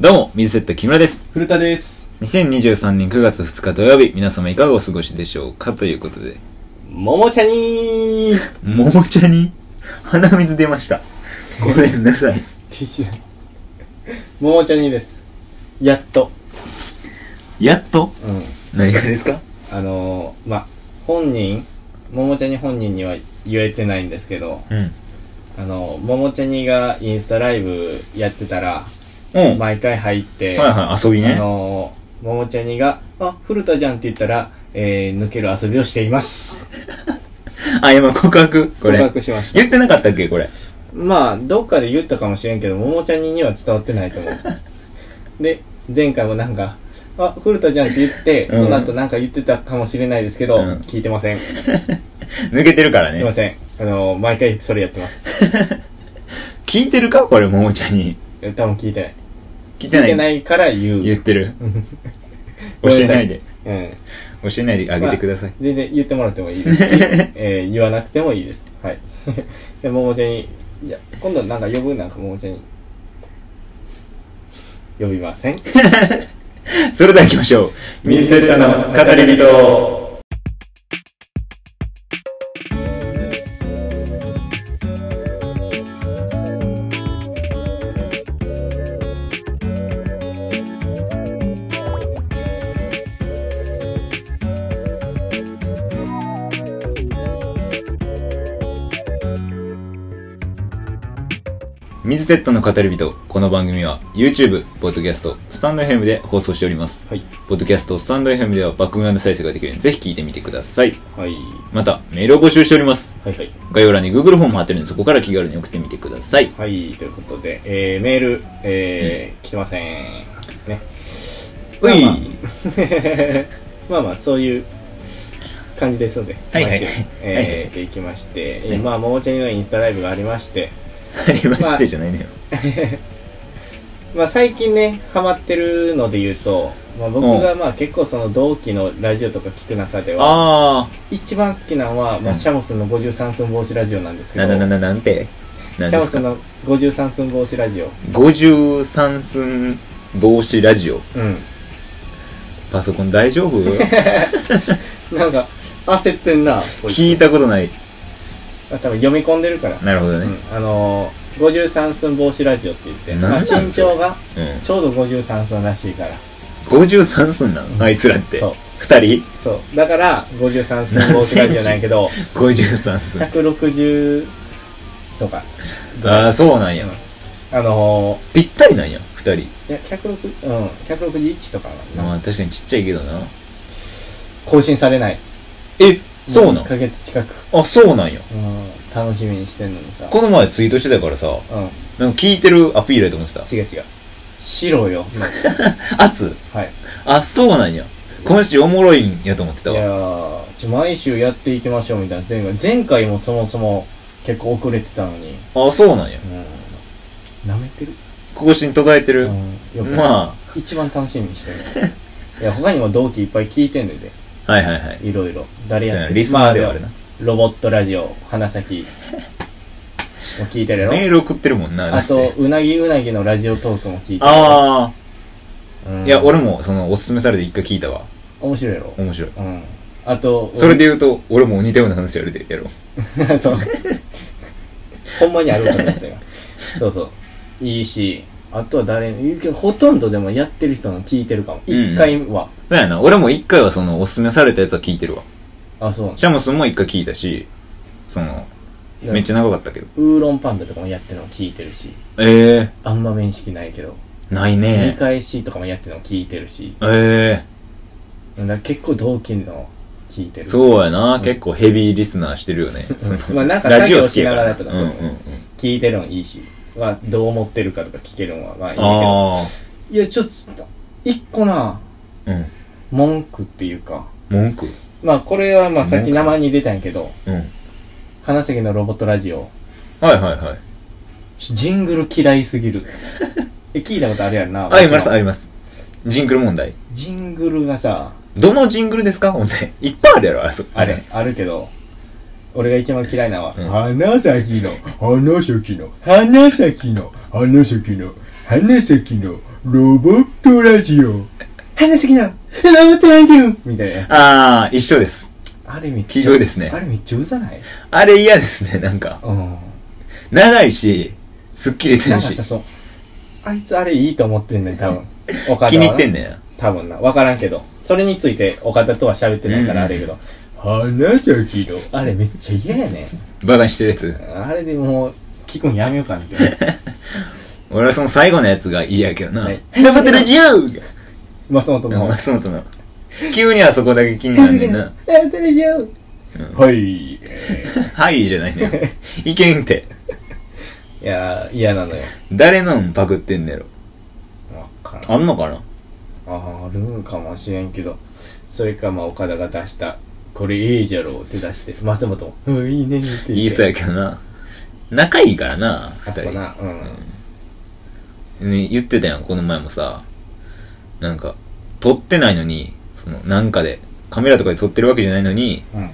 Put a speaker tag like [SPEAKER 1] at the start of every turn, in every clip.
[SPEAKER 1] どうも、水セット木村です。
[SPEAKER 2] 古田です
[SPEAKER 1] 2023年9月2日土曜日、皆様いかがお過ごしでしょうかということで。
[SPEAKER 2] ももちゃにー
[SPEAKER 1] ももちゃに鼻水出ました。ごめんなさい。
[SPEAKER 2] ももちゃにーですやっと
[SPEAKER 1] やっと
[SPEAKER 2] うん
[SPEAKER 1] 何がですか
[SPEAKER 2] あのー、まあ本人ももちゃに本人には言えてないんですけど
[SPEAKER 1] うん。
[SPEAKER 2] あのー、ももちゃにがインスタライブやってたら
[SPEAKER 1] うん。はい
[SPEAKER 2] 毎回入って、
[SPEAKER 1] はい、遊び
[SPEAKER 2] あ
[SPEAKER 1] ね。
[SPEAKER 2] のー、ももちゃにが「あ古田じゃん」って言ったら、えー、抜ける遊びをしています
[SPEAKER 1] あ、今告白こ
[SPEAKER 2] 告
[SPEAKER 1] れ。
[SPEAKER 2] 白しました
[SPEAKER 1] 言ってなかったっけこれ。
[SPEAKER 2] まあどっかで言ったかもしれんけどももちゃんにには伝わってないと 思うで前回もなんか「あ古田じゃん」って言って、
[SPEAKER 1] うん
[SPEAKER 2] その後なんか言ってたかもしれないですけど、
[SPEAKER 1] うん
[SPEAKER 2] 聞いてませんす
[SPEAKER 1] 抜けてるから
[SPEAKER 2] いま
[SPEAKER 1] ね。
[SPEAKER 2] せんあの毎回それやってます
[SPEAKER 1] 聞いてるかこれ、ももちゃに。
[SPEAKER 2] え多分聞いてない
[SPEAKER 1] 聞いて
[SPEAKER 2] 聞い
[SPEAKER 1] ない。
[SPEAKER 2] てないから言う
[SPEAKER 1] 言ってる。
[SPEAKER 2] ご
[SPEAKER 1] 教
[SPEAKER 2] めん
[SPEAKER 1] え
[SPEAKER 2] なさ
[SPEAKER 1] ないいで。
[SPEAKER 2] うん
[SPEAKER 1] 教えないであげてください。
[SPEAKER 2] 全然言ってもらってもい いですし、えー言わなくてもいいですはい でももちゃんにじゃあ今度なんか呼ぶなんかももちゃんに呼びません
[SPEAKER 1] それでは行きましょう。水セットの語り人。水セットの語り人。この番組は YouTube、ポッドキャスト、スタンド FM で放送しております。
[SPEAKER 2] はい
[SPEAKER 1] ポッドキャスト、スタンド FM ではバックグラウンド再生ができるので、ぜひ聞いてみてください。
[SPEAKER 2] はい
[SPEAKER 1] また、メールを募集しております。
[SPEAKER 2] はいはい
[SPEAKER 1] 概要欄に Google フォーム貼ってるんで、そこから気軽に送ってみてください。
[SPEAKER 2] はい、ということで、えー、メール、えー来てません。ね。
[SPEAKER 1] うい
[SPEAKER 2] まあまあまあまあ、そういう 感じですので、
[SPEAKER 1] はいはい
[SPEAKER 2] 毎週
[SPEAKER 1] はいはい
[SPEAKER 2] えー、でいきまして、
[SPEAKER 1] ね
[SPEAKER 2] えーまあ、ももちゃんのインスタライブがありまして、
[SPEAKER 1] ありましてじゃないのよ。
[SPEAKER 2] まあ、最近ね、ハマってるので言うと、まあ、僕がまあ結構その同期のラジオとか聞く中では、
[SPEAKER 1] あ
[SPEAKER 2] 一番好きなのは、ま
[SPEAKER 1] うん
[SPEAKER 2] あ、シャモスンの53寸帽子ラジオなんです
[SPEAKER 1] ー、
[SPEAKER 2] け
[SPEAKER 1] な
[SPEAKER 2] ど、
[SPEAKER 1] ななななんて。なん
[SPEAKER 2] シ
[SPEAKER 1] で
[SPEAKER 2] ャモ
[SPEAKER 1] す
[SPEAKER 2] スン
[SPEAKER 1] か
[SPEAKER 2] の53寸帽子ラジオ、
[SPEAKER 1] ?53 寸防止ラジオ。
[SPEAKER 2] うん。
[SPEAKER 1] パソコン大丈夫
[SPEAKER 2] なんか、焦ってんな、こいつ
[SPEAKER 1] 聞いたことない。
[SPEAKER 2] まあ多分読み込んでるから、
[SPEAKER 1] なるほどね。
[SPEAKER 2] うんあのー、53寸防止ラジオって言って、
[SPEAKER 1] なん
[SPEAKER 2] まあ、
[SPEAKER 1] なんそれ
[SPEAKER 2] 身長が
[SPEAKER 1] うん。
[SPEAKER 2] ちょうど53寸らしいから
[SPEAKER 1] 53寸なのあいつらって。
[SPEAKER 2] そう
[SPEAKER 1] 二人
[SPEAKER 2] そうだから53寸防止ラジオなんや けど
[SPEAKER 1] ?53 寸。
[SPEAKER 2] 160とか
[SPEAKER 1] ああ、そうなんや。
[SPEAKER 2] あの
[SPEAKER 1] ぴったりなんや、二人。
[SPEAKER 2] ー、いや160うん161とかな、
[SPEAKER 1] まあ確かにちっちゃいけどな。
[SPEAKER 2] 更新されない
[SPEAKER 1] え、そうな
[SPEAKER 2] 1
[SPEAKER 1] ん
[SPEAKER 2] ヶ月近く、
[SPEAKER 1] あ、そうなんや。
[SPEAKER 2] うん、楽しみにしてんのにさ
[SPEAKER 1] この前ツイートしてたからさ、
[SPEAKER 2] うん
[SPEAKER 1] なんか聞いてるアピールやと思ってた。
[SPEAKER 2] 違う違う 白よ
[SPEAKER 1] 圧
[SPEAKER 2] はい
[SPEAKER 1] あ、そうなんや。今週おもろいんやと思ってた
[SPEAKER 2] い
[SPEAKER 1] わ。
[SPEAKER 2] やーちょ毎週やっていきましょうみたいな前回前回もそもそも結構遅れてたのに
[SPEAKER 1] あ、そうなんや。
[SPEAKER 2] うんなめてる、
[SPEAKER 1] 更新途絶えて
[SPEAKER 2] う
[SPEAKER 1] る。
[SPEAKER 2] ん、よく
[SPEAKER 1] ま
[SPEAKER 2] 一番楽しみにしてる いや他にも同期いっぱい聞いてんねんで
[SPEAKER 1] あ、はいはいはい。
[SPEAKER 2] いろいろ誰
[SPEAKER 1] そう
[SPEAKER 2] や
[SPEAKER 1] や
[SPEAKER 2] っ
[SPEAKER 1] な
[SPEAKER 2] て
[SPEAKER 1] リスナーではあるな。
[SPEAKER 2] ロボットラジオ花咲も聞いてるや
[SPEAKER 1] メー
[SPEAKER 2] ろ
[SPEAKER 1] ル送ってるもんな、だ
[SPEAKER 2] あ
[SPEAKER 1] って
[SPEAKER 2] と。うなぎうなぎのラジオトークも聞いてる
[SPEAKER 1] あ
[SPEAKER 2] あ、う
[SPEAKER 1] あ。
[SPEAKER 2] ん
[SPEAKER 1] いや、俺も、その、おすすめされて一回聞いたわ。
[SPEAKER 2] 面白いやろ
[SPEAKER 1] 面白い。
[SPEAKER 2] うんあと
[SPEAKER 1] それで言うと、俺も似たような話やるで、やろう。
[SPEAKER 2] 俺 そうほんまにあるかと思ったよ そうそういいしあとは誰にほとんどでもやってる人の聞いてるかも
[SPEAKER 1] うん
[SPEAKER 2] 一回は、
[SPEAKER 1] そうやな。俺も一回はその、おすすめされたやつは聞いてるわ。
[SPEAKER 2] あそうなん
[SPEAKER 1] シャムスンも一回聞いたし、その、
[SPEAKER 2] だ
[SPEAKER 1] めっちゃ長かったけど。
[SPEAKER 2] ウーロンパンダとかもやってるの聞いてるし
[SPEAKER 1] ええ
[SPEAKER 2] あんま面識ないけど、
[SPEAKER 1] ー、ない
[SPEAKER 2] 見
[SPEAKER 1] ね
[SPEAKER 2] 返しとかもやってるの聞いてるし
[SPEAKER 1] え
[SPEAKER 2] だから結構同期の聞いて
[SPEAKER 1] えー、
[SPEAKER 2] る
[SPEAKER 1] そうやな、
[SPEAKER 2] うん
[SPEAKER 1] 結構ヘビーリスナーしてるよね。
[SPEAKER 2] まあなんか
[SPEAKER 1] ラジオ好きや
[SPEAKER 2] 作業しながらとかそうそう
[SPEAKER 1] うんうんうん、
[SPEAKER 2] 聞いてるのいいし、まあ、どう思ってるかとか聞けるのはまあいいんだ
[SPEAKER 1] あ
[SPEAKER 2] けどいやちょっと一個な
[SPEAKER 1] あ、うん。
[SPEAKER 2] 文句っていうか
[SPEAKER 1] 文句
[SPEAKER 2] まあこれはまあさっ
[SPEAKER 1] 文
[SPEAKER 2] き
[SPEAKER 1] 句
[SPEAKER 2] 名前に出たんやけど
[SPEAKER 1] うん。
[SPEAKER 2] 花咲のロボットラジオ
[SPEAKER 1] はいはいはい。
[SPEAKER 2] ちジングル嫌いす ぎるえ聞いたことあるやろな
[SPEAKER 1] あります、あります。ジングル問題。
[SPEAKER 2] ジングルがさ
[SPEAKER 1] どのジングルですかほんで。いっぱいあるやろ、あそこ。
[SPEAKER 2] あれ、。あるけど、俺が一番嫌いなのは、
[SPEAKER 1] うん
[SPEAKER 2] 花咲の、花咲の、花咲の、花咲の、花咲の、ロボットラジオ。話してきな。ロボットラジオみたいな。
[SPEAKER 1] あー、一緒です。
[SPEAKER 2] あれめっち
[SPEAKER 1] 黄
[SPEAKER 2] ゃ。
[SPEAKER 1] 色いですね
[SPEAKER 2] あれめっちゃうざない
[SPEAKER 1] あれ嫌ですね、なんか。
[SPEAKER 2] うん。
[SPEAKER 1] 長いし、すっきりせ
[SPEAKER 2] なんんか
[SPEAKER 1] し
[SPEAKER 2] さ、、そう。あいつあれいいと思ってんねん、多 分。岡田はな
[SPEAKER 1] 気に入ってんねん。
[SPEAKER 2] 多分な。わからんけど。それについて岡田とは喋ってないから
[SPEAKER 1] うん
[SPEAKER 2] あれやけど。花咲きの。あれめっちゃ嫌やね
[SPEAKER 1] バカにしてるやつ。
[SPEAKER 2] ん。あれでもう、聞くんやめようかみたい な。
[SPEAKER 1] 俺はその最後のやつが嫌やけどな。
[SPEAKER 2] はい
[SPEAKER 1] ロボットラジオ
[SPEAKER 2] 松本の方。
[SPEAKER 1] 松本の。急にあそこだけ気になるねんな。
[SPEAKER 2] やってるじゃん。はい。い
[SPEAKER 1] はいじゃない ねん。いけんって。
[SPEAKER 2] やー、嫌なのよ。
[SPEAKER 1] 誰のんパクってんねやろ。
[SPEAKER 2] わからん。
[SPEAKER 1] あんのかな
[SPEAKER 2] あるんかもしれんけど。それか、まあ、岡田が出した、これいいじゃろうって出して、松本も、うん、いいね、いいって
[SPEAKER 1] 言いそうやけどな。仲いいからな、
[SPEAKER 2] あ
[SPEAKER 1] 二
[SPEAKER 2] そう
[SPEAKER 1] 人。
[SPEAKER 2] な、うん。
[SPEAKER 1] ね、言ってたやん、この前もさ。なんか、撮ってないのに、その、なんかで、カメラとかで撮ってるわけじゃないのに、
[SPEAKER 2] うん。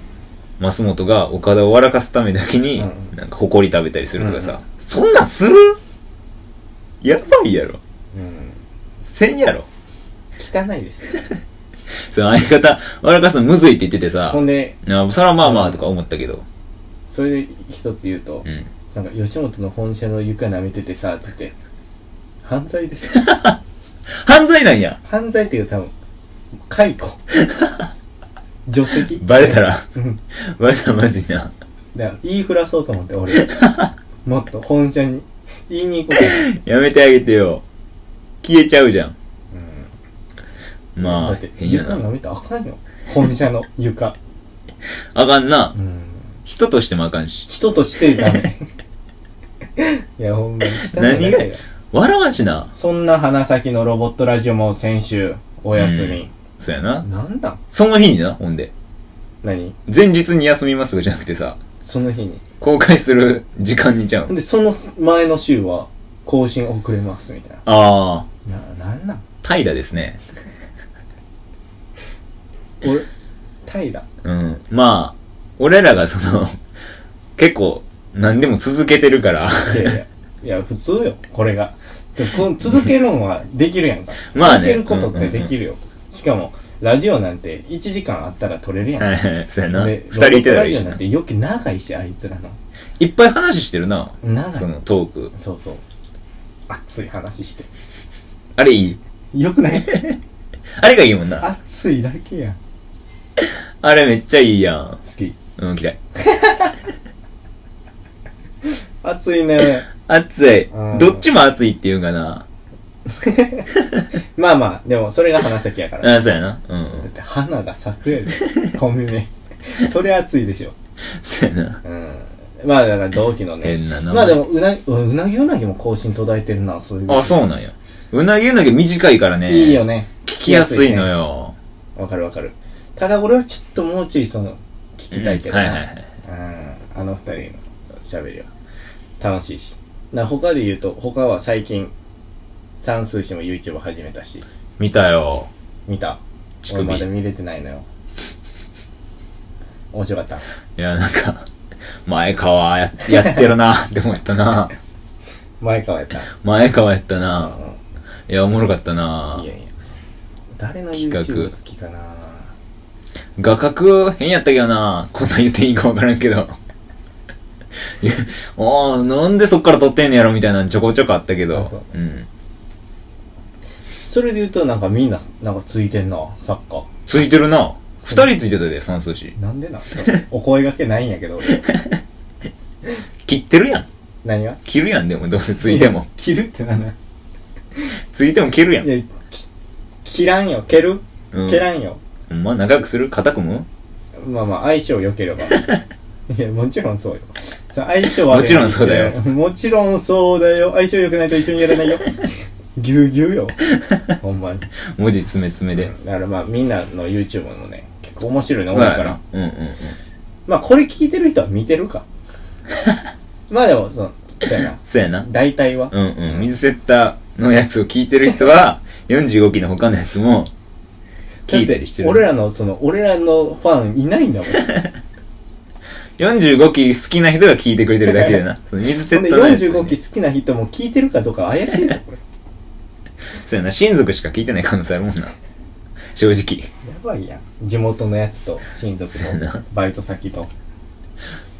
[SPEAKER 1] 増本が岡田を笑かすためだけに、
[SPEAKER 2] うん
[SPEAKER 1] なんか、誇り食べたりするとか
[SPEAKER 2] うん
[SPEAKER 1] さ。そんなんするやばいやろ。
[SPEAKER 2] うん。
[SPEAKER 1] せんやろ。
[SPEAKER 2] 汚いです。
[SPEAKER 1] その相方、笑かすのむずいって言っててさ
[SPEAKER 2] ほ、んで、
[SPEAKER 1] なそれはまあまあとか思ったけど。
[SPEAKER 2] それで一つ言うと
[SPEAKER 1] う、ん。
[SPEAKER 2] なんか、吉本の本社の床舐めててさ、って言って、犯罪です。
[SPEAKER 1] 犯罪なんや
[SPEAKER 2] 犯罪っていうか多分、解 雇。除籍
[SPEAKER 1] バレたら、
[SPEAKER 2] うん。
[SPEAKER 1] バレたらまずいな。
[SPEAKER 2] だから言いふらそうと思って 俺もっと本社に言いに行こうかな
[SPEAKER 1] やめてあげてよ。消えちゃうじゃん。
[SPEAKER 2] うん、
[SPEAKER 1] ま
[SPEAKER 2] だ
[SPEAKER 1] あ
[SPEAKER 2] っ、て
[SPEAKER 1] 変や
[SPEAKER 2] 床
[SPEAKER 1] な。
[SPEAKER 2] 舐めたらあかんよ本社の床
[SPEAKER 1] あかんな
[SPEAKER 2] う。ん
[SPEAKER 1] 人としてもあかんし。
[SPEAKER 2] 人として ダメいやほんまに汚い
[SPEAKER 1] 何が
[SPEAKER 2] よ
[SPEAKER 1] 笑わんしな。
[SPEAKER 2] そんな花咲のロボットラジオも先週お休み、
[SPEAKER 1] そうやな。
[SPEAKER 2] なんなん
[SPEAKER 1] その日にな、ほんで。
[SPEAKER 2] 何
[SPEAKER 1] 前日に休みますとかじゃなくてさ、
[SPEAKER 2] その日に
[SPEAKER 1] 公開する時間にちゃう
[SPEAKER 2] ほん。でその前の週は更新遅れますみたい
[SPEAKER 1] ああ、
[SPEAKER 2] なななんなん
[SPEAKER 1] 怠惰ですね。
[SPEAKER 2] 俺怠惰
[SPEAKER 1] うん。まあ、俺らがその、 結構、何でも続けてるから。
[SPEAKER 2] いやいや、いや普通よ、これが。でこん続けるんはできるやんか。
[SPEAKER 1] まあね
[SPEAKER 2] 続けることってできるよ。しかも、ラジオなんて1時間あったら撮れるやん。
[SPEAKER 1] はいはい、そうやな。
[SPEAKER 2] で
[SPEAKER 1] 二人いてたら
[SPEAKER 2] ラ
[SPEAKER 1] いい
[SPEAKER 2] ジオ
[SPEAKER 1] し
[SPEAKER 2] な。
[SPEAKER 1] なん
[SPEAKER 2] て余計長いし、あいつらの。
[SPEAKER 1] いっぱい話してるな。
[SPEAKER 2] 長い。
[SPEAKER 1] そ
[SPEAKER 2] そ
[SPEAKER 1] のトーク。
[SPEAKER 2] うそう。熱い話して。
[SPEAKER 1] あれいい
[SPEAKER 2] よくない
[SPEAKER 1] あれがいいもんな。
[SPEAKER 2] 熱いだけやん。好
[SPEAKER 1] あれめっちゃいいやん。
[SPEAKER 2] き。
[SPEAKER 1] うん、嫌い。
[SPEAKER 2] 熱いね。
[SPEAKER 1] 熱い
[SPEAKER 2] うん。
[SPEAKER 1] どっちも熱いって言うんかな。
[SPEAKER 2] まあまあ、でもそれが花咲やから。だ
[SPEAKER 1] あ、そうやな。うん
[SPEAKER 2] っ。て花が咲くやで。 コンビ名。それ熱いでしょ。
[SPEAKER 1] そうやな。
[SPEAKER 2] うん。まあだから同期のね。
[SPEAKER 1] 変な名前。
[SPEAKER 2] まあでも、うなぎ、うなぎうなぎも更新途絶えてるな、そういう。
[SPEAKER 1] あ、そうなんや。うなぎうなぎ短いからね。
[SPEAKER 2] いいよ。ね。
[SPEAKER 1] 聞きやすいの
[SPEAKER 2] ね。
[SPEAKER 1] よ。
[SPEAKER 2] わかるわかる。ただ俺はちょっともうちょいその、聞きたいけど
[SPEAKER 1] うん
[SPEAKER 2] な。
[SPEAKER 1] はいはいはい。
[SPEAKER 2] うんあの二人の喋りは。楽しいし。な、他で言うと、他は最近、算数師も YouTube 始めたし、
[SPEAKER 1] 見たよ。
[SPEAKER 2] 見た。
[SPEAKER 1] 乳
[SPEAKER 2] 俺
[SPEAKER 1] 首。
[SPEAKER 2] まだ
[SPEAKER 1] い
[SPEAKER 2] 見れてないのよ。面白かった。
[SPEAKER 1] や、なんか、前川ややってるなって思ったな。
[SPEAKER 2] 前川やった。
[SPEAKER 1] 前川やったな。
[SPEAKER 2] う
[SPEAKER 1] いや、おもろかった
[SPEAKER 2] ん。
[SPEAKER 1] ない
[SPEAKER 2] やいや。誰の
[SPEAKER 1] 企画
[SPEAKER 2] YouTube 好きかな
[SPEAKER 1] 画角変やったけどなこんなん言っていいかわからんけど。 いやあーなんでそっから撮ってんのやろみたいなのちょこちょこあったけど。
[SPEAKER 2] あそう
[SPEAKER 1] うん。
[SPEAKER 2] それで言うとなんかみんななんかついてんなサッカ
[SPEAKER 1] ついてるな二
[SPEAKER 2] そう
[SPEAKER 1] 人ついてたで、算数師
[SPEAKER 2] ー。なん でなんお声がけないんやけど俺
[SPEAKER 1] 切ってるやん。
[SPEAKER 2] 何が
[SPEAKER 1] 切るやん、でも、どうせついても
[SPEAKER 2] や。切るってなんだ
[SPEAKER 1] ついても切るやん
[SPEAKER 2] い。やき切らんよ蹴る
[SPEAKER 1] うん
[SPEAKER 2] 蹴らんよ、
[SPEAKER 1] ほんま長くする固くむ
[SPEAKER 2] まあまあ相性良 ければいやもちろんそうよさ相性悪い
[SPEAKER 1] もちろんそうだよ
[SPEAKER 2] もちろんそうだよ相性良くないと一緒にやらな いよぎゅうぎゅうよほんまに
[SPEAKER 1] 文字詰め詰めで。
[SPEAKER 2] だからまあみんなの YouTube もね結構面白いの多
[SPEAKER 1] そ
[SPEAKER 2] いう
[SPEAKER 1] や
[SPEAKER 2] から
[SPEAKER 1] な。うんうんうん。
[SPEAKER 2] まあこれ聞いてる人は見て るかまあでもそのそうやな
[SPEAKER 1] そうやな。
[SPEAKER 2] 大体は、
[SPEAKER 1] うんうん。水セッターのやつを聞いてる人は、45期の他のやつも、聞いたりして
[SPEAKER 2] だって
[SPEAKER 1] る。
[SPEAKER 2] 俺らのその俺らのファンいないんだもんほ
[SPEAKER 1] 45期好きな人が聞いてくれてるだけ でな。その水セッ
[SPEAKER 2] ん
[SPEAKER 1] タ
[SPEAKER 2] で
[SPEAKER 1] ーのやつ、ね。
[SPEAKER 2] 45期好きな人も聞いてるかどうか怪しいぞこれ
[SPEAKER 1] そうやな、親族しか聞いてない可能性あるもんな。正 直。
[SPEAKER 2] やばいやん地元のやつと親族
[SPEAKER 1] そうや
[SPEAKER 2] と
[SPEAKER 1] な
[SPEAKER 2] バイト先と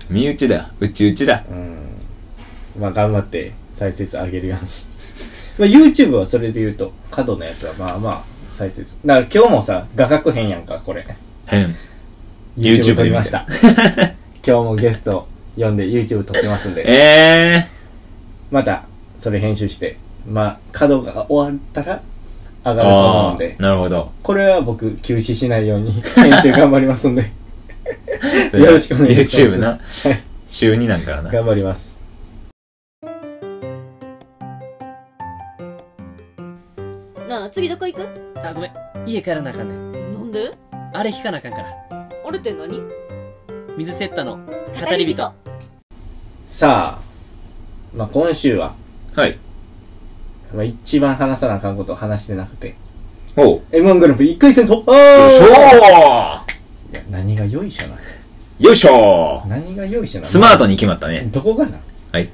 [SPEAKER 1] 身内だ。うちうちだ。
[SPEAKER 2] うんまあ頑張って再生数上げるようにまあ YouTube はそれで言うと過度のやつはまあまあ再生数だから今日もさ画角変やんかこれ
[SPEAKER 1] 変。
[SPEAKER 2] YouTube
[SPEAKER 1] YouTube
[SPEAKER 2] 撮りました。 今日もゲスト呼んで YouTube 撮ってますんで、
[SPEAKER 1] え
[SPEAKER 2] またそれ編集して、まあ、角が終わったら上
[SPEAKER 1] ー。
[SPEAKER 2] がると思う
[SPEAKER 1] あ
[SPEAKER 2] んで
[SPEAKER 1] あ、、なるほど。
[SPEAKER 2] これは僕休止しないように 編集頑張りますんで、 よろしくお願いします
[SPEAKER 1] YouTube な
[SPEAKER 2] はい。
[SPEAKER 1] 週2なんからな。
[SPEAKER 2] 頑張ります。
[SPEAKER 3] なあ次どこ行く
[SPEAKER 4] あ、ごめん。家帰らなあかんねん。
[SPEAKER 3] なんで
[SPEAKER 4] あれ引かなあかんから。
[SPEAKER 3] あれって何
[SPEAKER 4] 水セッタの語り人。
[SPEAKER 2] さあ、まあ今週は、
[SPEAKER 1] はい。
[SPEAKER 2] まあ、一番話さなあかんことを話してなくて、
[SPEAKER 1] おう。
[SPEAKER 2] M1 グループ1回戦突破
[SPEAKER 1] よいしょ
[SPEAKER 2] いや何が良いしょな。
[SPEAKER 1] ーよいしょー
[SPEAKER 2] 何が良いしょな。
[SPEAKER 1] スマートに決まったね。
[SPEAKER 2] どこがな
[SPEAKER 1] はい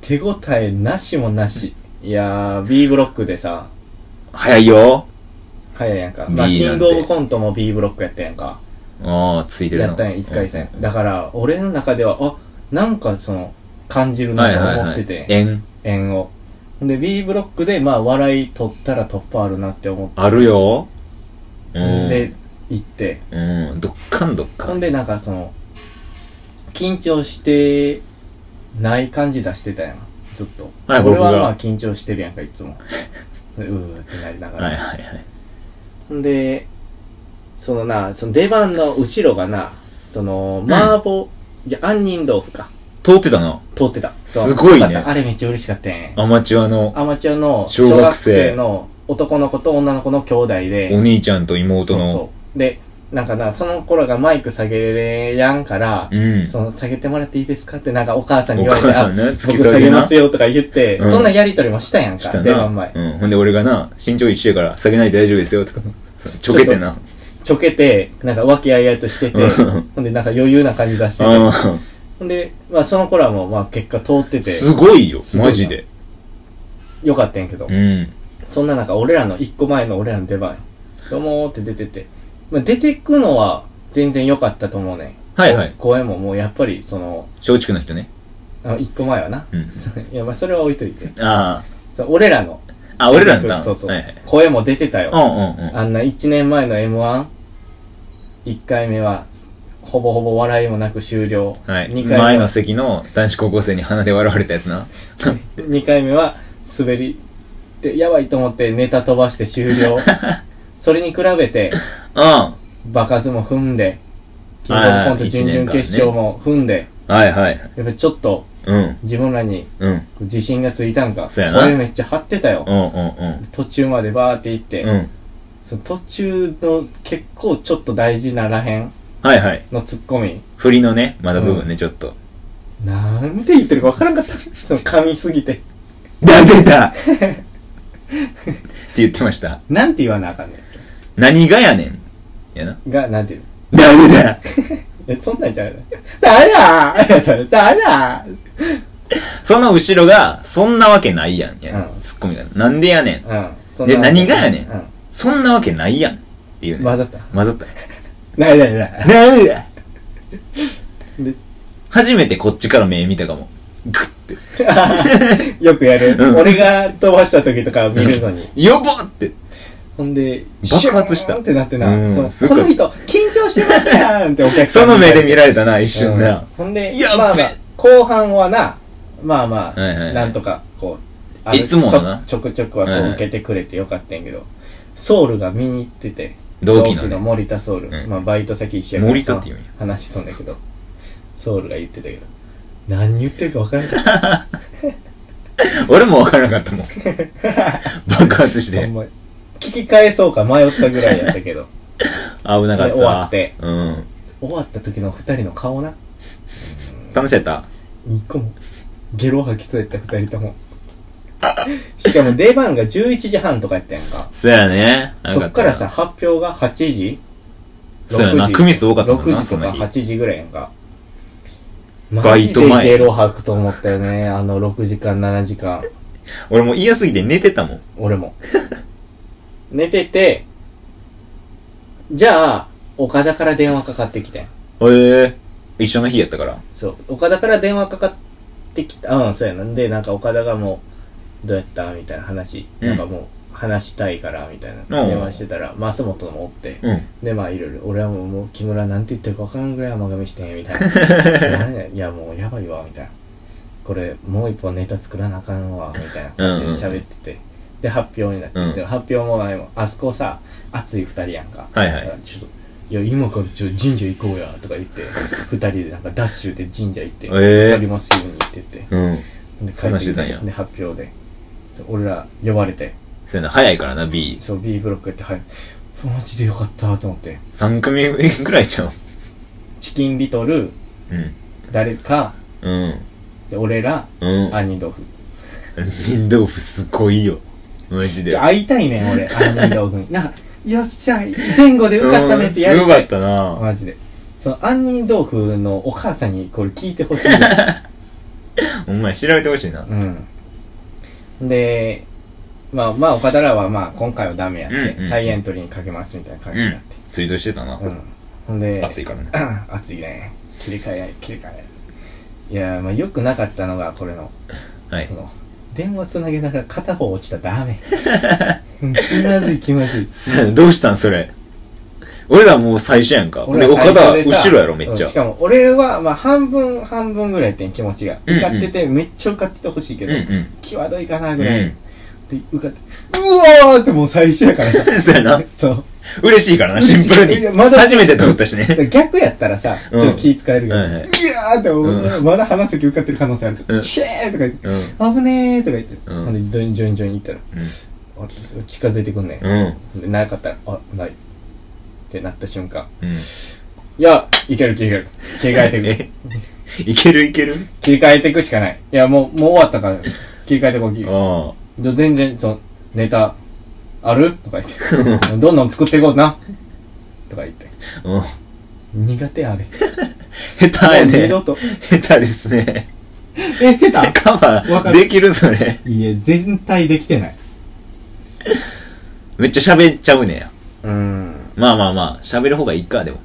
[SPEAKER 2] 手応えなしもなし。いやー、B ブロックでさ、
[SPEAKER 1] 早いよ
[SPEAKER 2] 早いやんか。まあ、
[SPEAKER 1] B
[SPEAKER 2] キ
[SPEAKER 1] な
[SPEAKER 2] ン
[SPEAKER 1] んて
[SPEAKER 2] グオブコントも B ブロックやったやんか。
[SPEAKER 1] ああ、ついてるの。
[SPEAKER 2] やったやん、1回戦
[SPEAKER 1] う。ん
[SPEAKER 2] だから、俺の中では、あ、なんかその、感じる
[SPEAKER 1] は
[SPEAKER 2] ない
[SPEAKER 1] は
[SPEAKER 2] と
[SPEAKER 1] い
[SPEAKER 2] 思っ
[SPEAKER 1] は
[SPEAKER 2] て
[SPEAKER 1] い
[SPEAKER 2] て、。
[SPEAKER 1] 縁。
[SPEAKER 2] 円を。で、B ブロックで、まあ、笑い取ったら突破あるなって思って、
[SPEAKER 1] あるようん。
[SPEAKER 2] で、行って。
[SPEAKER 1] うん。どっかんどっか
[SPEAKER 2] ほん
[SPEAKER 1] ん。
[SPEAKER 2] で、なんかその、緊張して、ない感じ出してたやん、ずっと。
[SPEAKER 1] はい
[SPEAKER 2] 俺は
[SPEAKER 1] 僕が
[SPEAKER 2] まあ、緊張してるやんか、いつも。 うーってなりながら。
[SPEAKER 1] はいはいはい。
[SPEAKER 2] で、そのな、その出番の後ろがな、その、
[SPEAKER 1] ん
[SPEAKER 2] 麻婆、じゃ、杏仁豆腐か、
[SPEAKER 1] 通ってたな。
[SPEAKER 2] 通ってた。
[SPEAKER 1] すごいね
[SPEAKER 2] よかったあれめっちゃ嬉しかったね。
[SPEAKER 1] アマチュアの
[SPEAKER 2] アマチュアの
[SPEAKER 1] 小
[SPEAKER 2] 小
[SPEAKER 1] 学
[SPEAKER 2] 学
[SPEAKER 1] 生
[SPEAKER 2] 生の男の子と女の子の兄弟で、
[SPEAKER 1] お兄ちゃんと妹
[SPEAKER 2] そう
[SPEAKER 1] の。
[SPEAKER 2] そう。で、なんかな、その頃がマイク下げれやんから、
[SPEAKER 1] うん。
[SPEAKER 2] その、下げてもらっていいですかってなんかお母さん
[SPEAKER 1] お
[SPEAKER 2] に言われて、
[SPEAKER 1] 母さ
[SPEAKER 2] あ
[SPEAKER 1] んね、突
[SPEAKER 2] 僕
[SPEAKER 1] き
[SPEAKER 2] 下
[SPEAKER 1] 下げ
[SPEAKER 2] げま
[SPEAKER 1] な。
[SPEAKER 2] す
[SPEAKER 1] し
[SPEAKER 2] よとか言って、
[SPEAKER 1] うん
[SPEAKER 2] そんなやりとりもしたやんか、
[SPEAKER 1] た
[SPEAKER 2] 出
[SPEAKER 1] な。
[SPEAKER 2] 番前。
[SPEAKER 1] うん。ほんで俺がな、身長一緒やから下げないで大丈夫ですよ、とか。そうちょけてな。
[SPEAKER 2] ちょけて、なんか和気あいあいとしてて、
[SPEAKER 1] うん
[SPEAKER 2] ほんでなんか余裕な感じ出してて、
[SPEAKER 1] あ
[SPEAKER 2] ほんで、まあその頃はもう、まあ結果通って
[SPEAKER 1] あ、
[SPEAKER 2] て、
[SPEAKER 1] すごいよ、
[SPEAKER 2] すごいな
[SPEAKER 1] マジで。
[SPEAKER 2] よかったんやけど
[SPEAKER 1] う、ん。
[SPEAKER 2] そんな中、俺らの一個前の俺らの出番や、どうもーって出てて、まあ出てくのは全然良かったと思うねん。
[SPEAKER 1] はいはい
[SPEAKER 2] こ声ももうやっぱり、その、
[SPEAKER 1] 松竹の人ね。
[SPEAKER 2] あの一個前はな。
[SPEAKER 1] うん。
[SPEAKER 2] いや、まあそれは置いといて。
[SPEAKER 1] あ
[SPEAKER 2] その俺らの。
[SPEAKER 1] あ。あ、俺らのターン。
[SPEAKER 2] そうそう。
[SPEAKER 1] はいはい。
[SPEAKER 2] 声も出てたよ。
[SPEAKER 1] うんうんうん。
[SPEAKER 2] あんな1年前の M1、1回目は、ほぼほぼ笑いもなく終了。
[SPEAKER 1] はい。
[SPEAKER 2] 2回
[SPEAKER 1] 前
[SPEAKER 2] 目は
[SPEAKER 1] の、席の男子高校生に鼻で笑われたやつな。
[SPEAKER 2] 2回目は滑りでやばいと思ってネタ飛ばして終了 それに比べて
[SPEAKER 1] うん。は
[SPEAKER 2] 場数も踏んでキングオブコン
[SPEAKER 1] は
[SPEAKER 2] ト
[SPEAKER 1] い
[SPEAKER 2] 準々決勝も踏んで、
[SPEAKER 1] いはいはい。
[SPEAKER 2] やっぱりちょっと
[SPEAKER 1] うん。
[SPEAKER 2] 自分らに
[SPEAKER 1] うん。
[SPEAKER 2] 自信がついたんか
[SPEAKER 1] そうやな
[SPEAKER 2] 声めっちゃ張ってたよ、
[SPEAKER 1] うんうん
[SPEAKER 2] 途中までバーって行って、
[SPEAKER 1] うん。うん。
[SPEAKER 2] その途中の結構ちょっと大事ならへん
[SPEAKER 1] はいはい。
[SPEAKER 2] のツッコミ
[SPEAKER 1] 振りのね、まだ部分ね、ちょっと。
[SPEAKER 2] なんで言ってるか分からんかった その噛みすぎて
[SPEAKER 1] なんでだ って言ってました。
[SPEAKER 2] なんて言わなあかんねん
[SPEAKER 1] 何がやねん。やな。
[SPEAKER 2] がなんて言う
[SPEAKER 1] なんでだ
[SPEAKER 2] え、そんなんちゃうよ。だやーだ や
[SPEAKER 1] その後ろが、そんなわけないやん。やな
[SPEAKER 2] うん
[SPEAKER 1] ツッコミが。なんでやねん。
[SPEAKER 2] ーうん。そん
[SPEAKER 1] で、
[SPEAKER 2] な
[SPEAKER 1] 何がやねん
[SPEAKER 2] うん。。
[SPEAKER 1] そんなわけないやん。っていうね。
[SPEAKER 2] 混ざった。
[SPEAKER 1] 混ざった。
[SPEAKER 2] ないないない。
[SPEAKER 1] なんでだ
[SPEAKER 2] で
[SPEAKER 1] 初めてこっちから目見たかも。グッて。
[SPEAKER 2] よくやる
[SPEAKER 1] うん。
[SPEAKER 2] 俺が飛ばした時とか見るのに。
[SPEAKER 1] よぼって。
[SPEAKER 2] ほんで、
[SPEAKER 1] 爆発した
[SPEAKER 2] シューンってなって
[SPEAKER 1] うん
[SPEAKER 2] な。その
[SPEAKER 1] す
[SPEAKER 2] こ
[SPEAKER 1] ごい
[SPEAKER 2] の人、緊張してましたやんってお客さ
[SPEAKER 1] そ
[SPEAKER 2] ん。
[SPEAKER 1] の目で見られたな、一
[SPEAKER 2] う
[SPEAKER 1] 瞬
[SPEAKER 2] ん
[SPEAKER 1] な。
[SPEAKER 2] ほんで、
[SPEAKER 1] やっべ
[SPEAKER 2] まあまあ、後半はな、まあまあ、
[SPEAKER 1] はいはいはい
[SPEAKER 2] なんとか、こう、ある
[SPEAKER 1] いつものな
[SPEAKER 2] ちょちょくちょくはこ
[SPEAKER 1] はいは
[SPEAKER 2] う
[SPEAKER 1] い
[SPEAKER 2] 受けてくれてよかったんやけど、ソウルが見に行ってて、
[SPEAKER 1] 同期のね
[SPEAKER 2] 森田ソウル、
[SPEAKER 1] うん
[SPEAKER 2] まあバイト先一緒や
[SPEAKER 1] 森田っていうんや
[SPEAKER 2] その話しそうだけどソウルが言ってたけど何言ってるか分からなかっ
[SPEAKER 1] 俺もわからなかっ たもん。爆発した
[SPEAKER 2] ほ
[SPEAKER 1] て
[SPEAKER 2] ん。まに聞き返そうか迷ったぐらいやったけど
[SPEAKER 1] 危なかった。
[SPEAKER 2] で終わって
[SPEAKER 1] うん。
[SPEAKER 2] 終わった時の二人の顔な
[SPEAKER 1] 楽しかった
[SPEAKER 2] 一個もゲロ吐きそうやった二 人ともしかも出番が11時半とかやったやんか
[SPEAKER 1] そうやね。
[SPEAKER 2] そっからさ、発表が8時
[SPEAKER 1] そうやな
[SPEAKER 2] 6時
[SPEAKER 1] 組数多かったもんな
[SPEAKER 2] 6時とか
[SPEAKER 1] その日
[SPEAKER 2] 8時ぐらいやんか
[SPEAKER 1] バイト前
[SPEAKER 2] マジでゲロ吐くと思ったよねあの6時間7時間
[SPEAKER 1] 俺もう嫌すぎて寝てたもん。
[SPEAKER 2] 俺も 寝てて、じゃあ、岡田から電話かかってきてん。
[SPEAKER 1] ええ一緒の日やったから。
[SPEAKER 2] そう、岡田から電話かかってきた、うん、そうやなんで、なんか岡田がもう、どうやったみたいな話、
[SPEAKER 1] うん
[SPEAKER 2] なんかもう、話したいから、みたいな、
[SPEAKER 1] うん
[SPEAKER 2] 電話してたら、増本もおって、
[SPEAKER 1] うん。
[SPEAKER 2] で、まあ、いろいろ、俺はもう、もう木村なんて言ってるか分からんぐらい甘噛みしてん、みた いな。なんやいや、もう、やばいわ、みたいな。これ、もう一本ネタ作らなあかんわ、みたいな感じで喋ってて。で、発表になって、
[SPEAKER 1] うん
[SPEAKER 2] で発表もあれも、あそこさ、熱い二人やんか。
[SPEAKER 1] はいはい
[SPEAKER 2] だからちょっと、いや、今からちょっと神社行こうや、とか 言って、二人でなんかダッシュで神社行って、
[SPEAKER 1] えー
[SPEAKER 2] わかりますように言ってて。
[SPEAKER 1] うん。
[SPEAKER 2] で、
[SPEAKER 1] そんなんしてたん
[SPEAKER 2] 帰
[SPEAKER 1] や
[SPEAKER 2] ってきで、発表で。そう俺ら呼ばれて、
[SPEAKER 1] そうやな、早いからな、B。
[SPEAKER 2] そう、B ブロックやって、はい、マジでよかった、と思って。
[SPEAKER 1] 3組ぐらいちゃう。
[SPEAKER 2] チキンリトル、
[SPEAKER 1] うん。
[SPEAKER 2] 誰か、
[SPEAKER 1] うん。
[SPEAKER 2] で俺ら、
[SPEAKER 1] うん。
[SPEAKER 2] アニドフ。
[SPEAKER 1] ン豆腐すごいよ。マジで。
[SPEAKER 2] ちょ、会いたいねん、俺、 アニドフに。なんか、よっしゃ、前後でよかったねってや
[SPEAKER 1] うん
[SPEAKER 2] る。
[SPEAKER 1] すごかったな
[SPEAKER 2] マジで。その、杏仁豆腐のお母さんにこれ聞いてほしい。
[SPEAKER 1] お前調べてほしいな。
[SPEAKER 2] うん。で、まあ、まあ、岡田らは、まあ、今回はダメやって、
[SPEAKER 1] うんうん
[SPEAKER 2] 再エントリーにかけますみたいな感じになって。
[SPEAKER 1] ツイートしてたな。
[SPEAKER 2] うん。ほんで、
[SPEAKER 1] 暑いからね。
[SPEAKER 2] 熱いね切り替えない切り替えないいやーまあ良くなかったのがこれの,、
[SPEAKER 1] はい
[SPEAKER 2] そ。の電話つなげながら片方落ちたらダメ気まずい気まずい
[SPEAKER 1] そうやなどうしたんそれ。俺らもう最初やんか。 俺、
[SPEAKER 2] は
[SPEAKER 1] 岡
[SPEAKER 2] 最
[SPEAKER 1] 田、
[SPEAKER 2] 初でさ
[SPEAKER 1] 後ろやろ、めっち
[SPEAKER 2] う
[SPEAKER 1] ゃ
[SPEAKER 2] んし。かも俺はまあ半分半分ぐらいってん気持ちが
[SPEAKER 1] うんうん
[SPEAKER 2] 受かってて、めっちゃ受かっててほしいけ
[SPEAKER 1] うん
[SPEAKER 2] ど、
[SPEAKER 1] う。
[SPEAKER 2] 際どいかなん
[SPEAKER 1] う
[SPEAKER 2] ぐらい、
[SPEAKER 1] ん。
[SPEAKER 2] で受かってうわーってもう最初やから さ
[SPEAKER 1] そうやな。
[SPEAKER 2] そう
[SPEAKER 1] 嬉しいからな、シンプル
[SPEAKER 2] いや
[SPEAKER 1] に。
[SPEAKER 2] まだ
[SPEAKER 1] 初めて通ったし
[SPEAKER 2] だか
[SPEAKER 1] ね。
[SPEAKER 2] ら逆やったらさ、
[SPEAKER 1] うん
[SPEAKER 2] ちょっと気使えるけど、
[SPEAKER 1] はい
[SPEAKER 2] い
[SPEAKER 1] はい
[SPEAKER 2] やーって思う、
[SPEAKER 1] う
[SPEAKER 2] まだ話す時受かってる可能性あるけど、
[SPEAKER 1] うん
[SPEAKER 2] シェーとか言って
[SPEAKER 1] うん。
[SPEAKER 2] 危ねーとか言って、
[SPEAKER 1] うん
[SPEAKER 2] ほんで、ジョインジョインジョイン行ったら、あ近づいてくんね
[SPEAKER 1] うん。うん。
[SPEAKER 2] ん。でなかったら、あ、ない。ってなった瞬間、
[SPEAKER 1] うん。
[SPEAKER 2] いや、いけるいける。切り替えてく。
[SPEAKER 1] えいけるいける
[SPEAKER 2] 切り替えてくしかない。いや、もう、もう終わったから、切り替えてこう、切り
[SPEAKER 1] あ
[SPEAKER 2] じゃ全然、その、ネタ、あるとか言っ て、どんどん作っていこうな。とか言って。
[SPEAKER 1] あ。うん。苦
[SPEAKER 2] 苦手あれ。
[SPEAKER 1] 下手や
[SPEAKER 2] もう二
[SPEAKER 1] ね。
[SPEAKER 2] 度と。
[SPEAKER 1] 下手ですね。
[SPEAKER 2] え、下手
[SPEAKER 1] カバ
[SPEAKER 2] わ
[SPEAKER 1] ー
[SPEAKER 2] かる
[SPEAKER 1] できるそれ。
[SPEAKER 2] いや、全体できてない。
[SPEAKER 1] めっちゃ喋っちゃうねや。
[SPEAKER 2] うん。
[SPEAKER 1] まあまあまあ、喋る方がいいか、でも。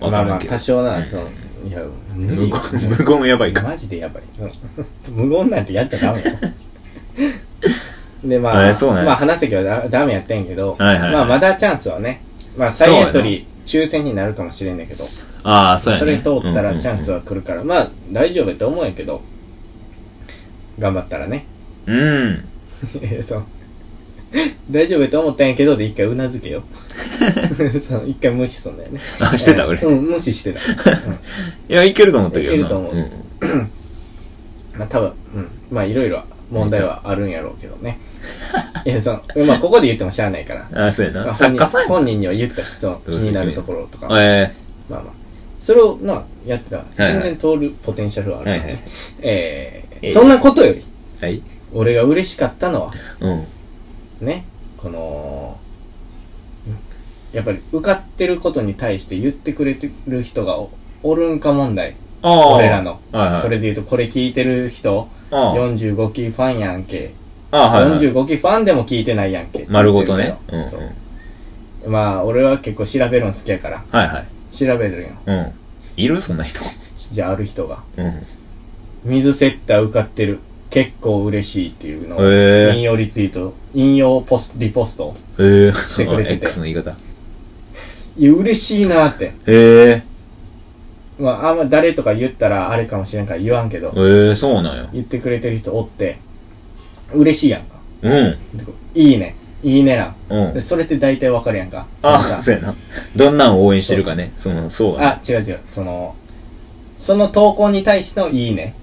[SPEAKER 1] わ
[SPEAKER 2] ま
[SPEAKER 1] か
[SPEAKER 2] あ
[SPEAKER 1] る
[SPEAKER 2] まあ、
[SPEAKER 1] けど
[SPEAKER 2] 多。少な、その、いや、無理
[SPEAKER 1] 無
[SPEAKER 2] よ
[SPEAKER 1] 言、無言やばいか。
[SPEAKER 2] マジでやばい。うん無言なんてやっちゃダ メよ。で、まあ、
[SPEAKER 1] えそうね
[SPEAKER 2] まあ、話したけどだダメやってんけど、
[SPEAKER 1] はいはいはい
[SPEAKER 2] まあ、まだチャンスはね、まあ、
[SPEAKER 1] そう
[SPEAKER 2] 再
[SPEAKER 1] やな
[SPEAKER 2] エントリー、抽選になるかもしれんねんけど、
[SPEAKER 1] ああ、そうや
[SPEAKER 2] そ
[SPEAKER 1] ね。
[SPEAKER 2] れ通ったらチャンス
[SPEAKER 1] は。
[SPEAKER 2] は来るから、まあ、大丈夫やと思うんやけど、頑張ったらね、
[SPEAKER 1] うん。
[SPEAKER 2] そう。大丈夫やと思ったんやけど、で一回うなず けよ。そう一回無視すんだよね。
[SPEAKER 1] あ、してた俺。い
[SPEAKER 2] うん、無視してた。うん
[SPEAKER 1] や、いけると思ったけどな。
[SPEAKER 2] いけると思うんまあ多分、うん。まあいろいろ問題はあるんやろうけど ね。いや、その、まあここで言ってもしゃあないから。
[SPEAKER 1] ああ、そうや
[SPEAKER 2] まあ
[SPEAKER 1] な。作家さんやもん
[SPEAKER 2] 本人本人には言ったし、その気になるところとか。まあ
[SPEAKER 1] え
[SPEAKER 2] まあ。それをな、やってたら、
[SPEAKER 1] はいは
[SPEAKER 2] 全
[SPEAKER 1] い
[SPEAKER 2] 然通るポテンシャルはあ
[SPEAKER 1] え
[SPEAKER 2] るか
[SPEAKER 1] はいは
[SPEAKER 2] らね。
[SPEAKER 1] い。
[SPEAKER 2] え
[SPEAKER 1] ええ
[SPEAKER 2] ー、そんなことより、
[SPEAKER 1] はい
[SPEAKER 2] 俺が嬉しかったのは、
[SPEAKER 1] うん。
[SPEAKER 2] ね、この、やっぱり受かってることに対して言ってくれてる人がおおるんか問題。
[SPEAKER 1] ああ。
[SPEAKER 2] 俺らの。
[SPEAKER 1] はいはい。
[SPEAKER 2] それで言うと、これ聞いてる人、
[SPEAKER 1] ああ。
[SPEAKER 2] 45期ファンやんけ。
[SPEAKER 1] ああ、はいはい。
[SPEAKER 2] 45期ファンでも聞いてないやんけ。
[SPEAKER 1] 丸ごとね。うん。うん
[SPEAKER 2] そうまあ、俺は結構調べるの好きやから、
[SPEAKER 1] はいはい。
[SPEAKER 2] 調べるんよ。
[SPEAKER 1] うん。いるそんな人。
[SPEAKER 2] じゃあ、ある人が、
[SPEAKER 1] うん。
[SPEAKER 2] 水セッター受かってる。結構嬉しいっていうのを、引
[SPEAKER 1] ええ。
[SPEAKER 2] 用リツイート、引用ポスリポスト。
[SPEAKER 1] ええ。
[SPEAKER 2] してくれてて
[SPEAKER 1] X の言い方。
[SPEAKER 2] いや、嬉しいなって。
[SPEAKER 1] ええ。
[SPEAKER 2] まあ、あんま誰とか言ったらあれかもしれんから言わんけど、
[SPEAKER 1] ええ、そうなんや。
[SPEAKER 2] 言ってくれてる人おって、嬉しいやんか。
[SPEAKER 1] うん。
[SPEAKER 2] でいいね。いいねな。
[SPEAKER 1] うん
[SPEAKER 2] で。それって大体わかるやんか。
[SPEAKER 1] あ
[SPEAKER 2] そ
[SPEAKER 1] あ、
[SPEAKER 2] のさ
[SPEAKER 1] そうやな。どんなんを応援してるかね。その、そうや
[SPEAKER 2] あ、違う違う。その、その投稿に対してのいいね。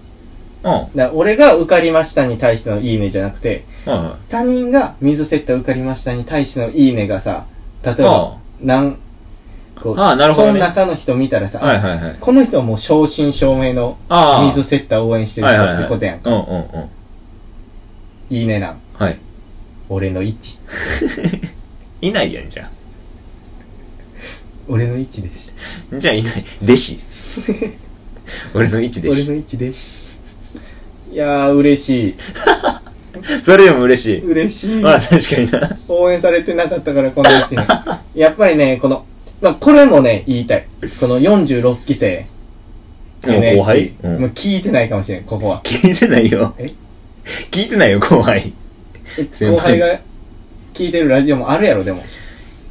[SPEAKER 1] な。うん。
[SPEAKER 2] だから俺が受かりましたに対してのいいねじゃなくて、
[SPEAKER 1] はいはい。
[SPEAKER 2] 他人が水セット受かりましたに対してのいいねがさ、例え
[SPEAKER 1] あ
[SPEAKER 2] ば、なん、こ
[SPEAKER 1] ああなるほどね
[SPEAKER 2] その中の人見たらさ、
[SPEAKER 1] あ。はいはいはい。
[SPEAKER 2] この人はもう正真正銘の
[SPEAKER 1] ああ。
[SPEAKER 2] 水セッター応援してる
[SPEAKER 1] はい
[SPEAKER 2] 人
[SPEAKER 1] はい
[SPEAKER 2] っ
[SPEAKER 1] はい
[SPEAKER 2] てことや
[SPEAKER 1] う
[SPEAKER 2] んか。
[SPEAKER 1] んうんうん。
[SPEAKER 2] いいねなん。
[SPEAKER 1] はい。
[SPEAKER 2] 俺の位置。
[SPEAKER 1] いないやん、じゃ
[SPEAKER 2] 俺の位置です。
[SPEAKER 1] あ。じゃあいない。弟 子。俺の位置弟
[SPEAKER 2] 俺
[SPEAKER 1] 子。
[SPEAKER 2] の位置です。いやー、嬉しい。
[SPEAKER 1] それでも嬉しい。
[SPEAKER 2] 嬉しい。
[SPEAKER 1] まあ確かにな。
[SPEAKER 2] 応援されてなかったから、この1年。 やっぱりね、この、まあ、これもね、言いたい。この46期生、
[SPEAKER 1] うん後輩
[SPEAKER 2] NSC、
[SPEAKER 1] うん
[SPEAKER 2] もう聞いてないかもしれん、ここは。
[SPEAKER 1] 聞いてないよ
[SPEAKER 2] え。
[SPEAKER 1] 聞いてないよ、後輩。
[SPEAKER 2] え
[SPEAKER 1] 先輩
[SPEAKER 2] 後輩が聞いてるラジオもあるやろ、でも。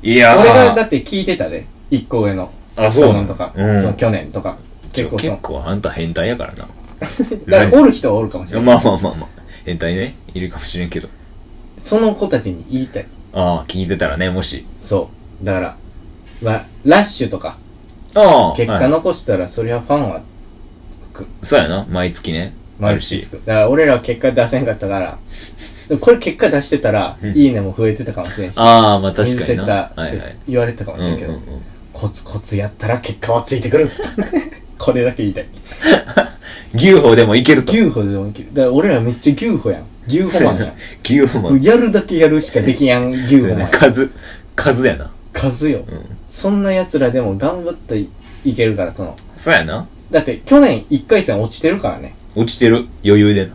[SPEAKER 1] いやー。
[SPEAKER 2] 俺がだって聞いてたで、1個上の。
[SPEAKER 1] あ、そうな
[SPEAKER 2] なんとか、
[SPEAKER 1] うん、
[SPEAKER 2] その去年とか。結構そ
[SPEAKER 1] 結
[SPEAKER 2] の。
[SPEAKER 1] 構あんた変態やから な。
[SPEAKER 2] だから、おる人はおるかもしれん。
[SPEAKER 1] まあまあまあまあ。変態ね。いるかもしれんけど。
[SPEAKER 2] その子たちに言いたい。
[SPEAKER 1] ああ、聞いてたらね、もし。
[SPEAKER 2] そう。だから、まあ、ラッシュとか、
[SPEAKER 1] ああ。
[SPEAKER 2] 結
[SPEAKER 1] は
[SPEAKER 2] 果
[SPEAKER 1] い
[SPEAKER 2] 残したら、そりゃファンはつく。
[SPEAKER 1] そうやな。毎月ね。ある
[SPEAKER 2] 毎日
[SPEAKER 1] し
[SPEAKER 2] つ。く。だから、俺らは結果出せんかったから、でもこれ結果出してたら、
[SPEAKER 1] うん
[SPEAKER 2] いいねも増えてたかもしれんし、
[SPEAKER 1] ああ、まあ確
[SPEAKER 2] 見
[SPEAKER 1] かに
[SPEAKER 2] せ
[SPEAKER 1] な。
[SPEAKER 2] た
[SPEAKER 1] は
[SPEAKER 2] っ
[SPEAKER 1] いはい
[SPEAKER 2] て。言われてたかもしれんけど、
[SPEAKER 1] うんうんうん
[SPEAKER 2] コツコツやったら結果はついてくる。これだけ言いたい。
[SPEAKER 1] 牛歩でもいけると。
[SPEAKER 2] 牛歩でもいける。だから、俺らめっちゃ牛歩やん。牛歩マンやん。
[SPEAKER 1] 牛歩マン。
[SPEAKER 2] やるだけやるしかできや ん、牛
[SPEAKER 1] そう
[SPEAKER 2] 歩
[SPEAKER 1] や
[SPEAKER 2] マン
[SPEAKER 1] な。数、数やな。
[SPEAKER 2] 数よ。
[SPEAKER 1] うん。
[SPEAKER 2] そんな奴らでも頑張っていいけるから、その。
[SPEAKER 1] そうやな。
[SPEAKER 2] だって、去年1回戦落ちてるからね。
[SPEAKER 1] 落ちてる。余裕でな。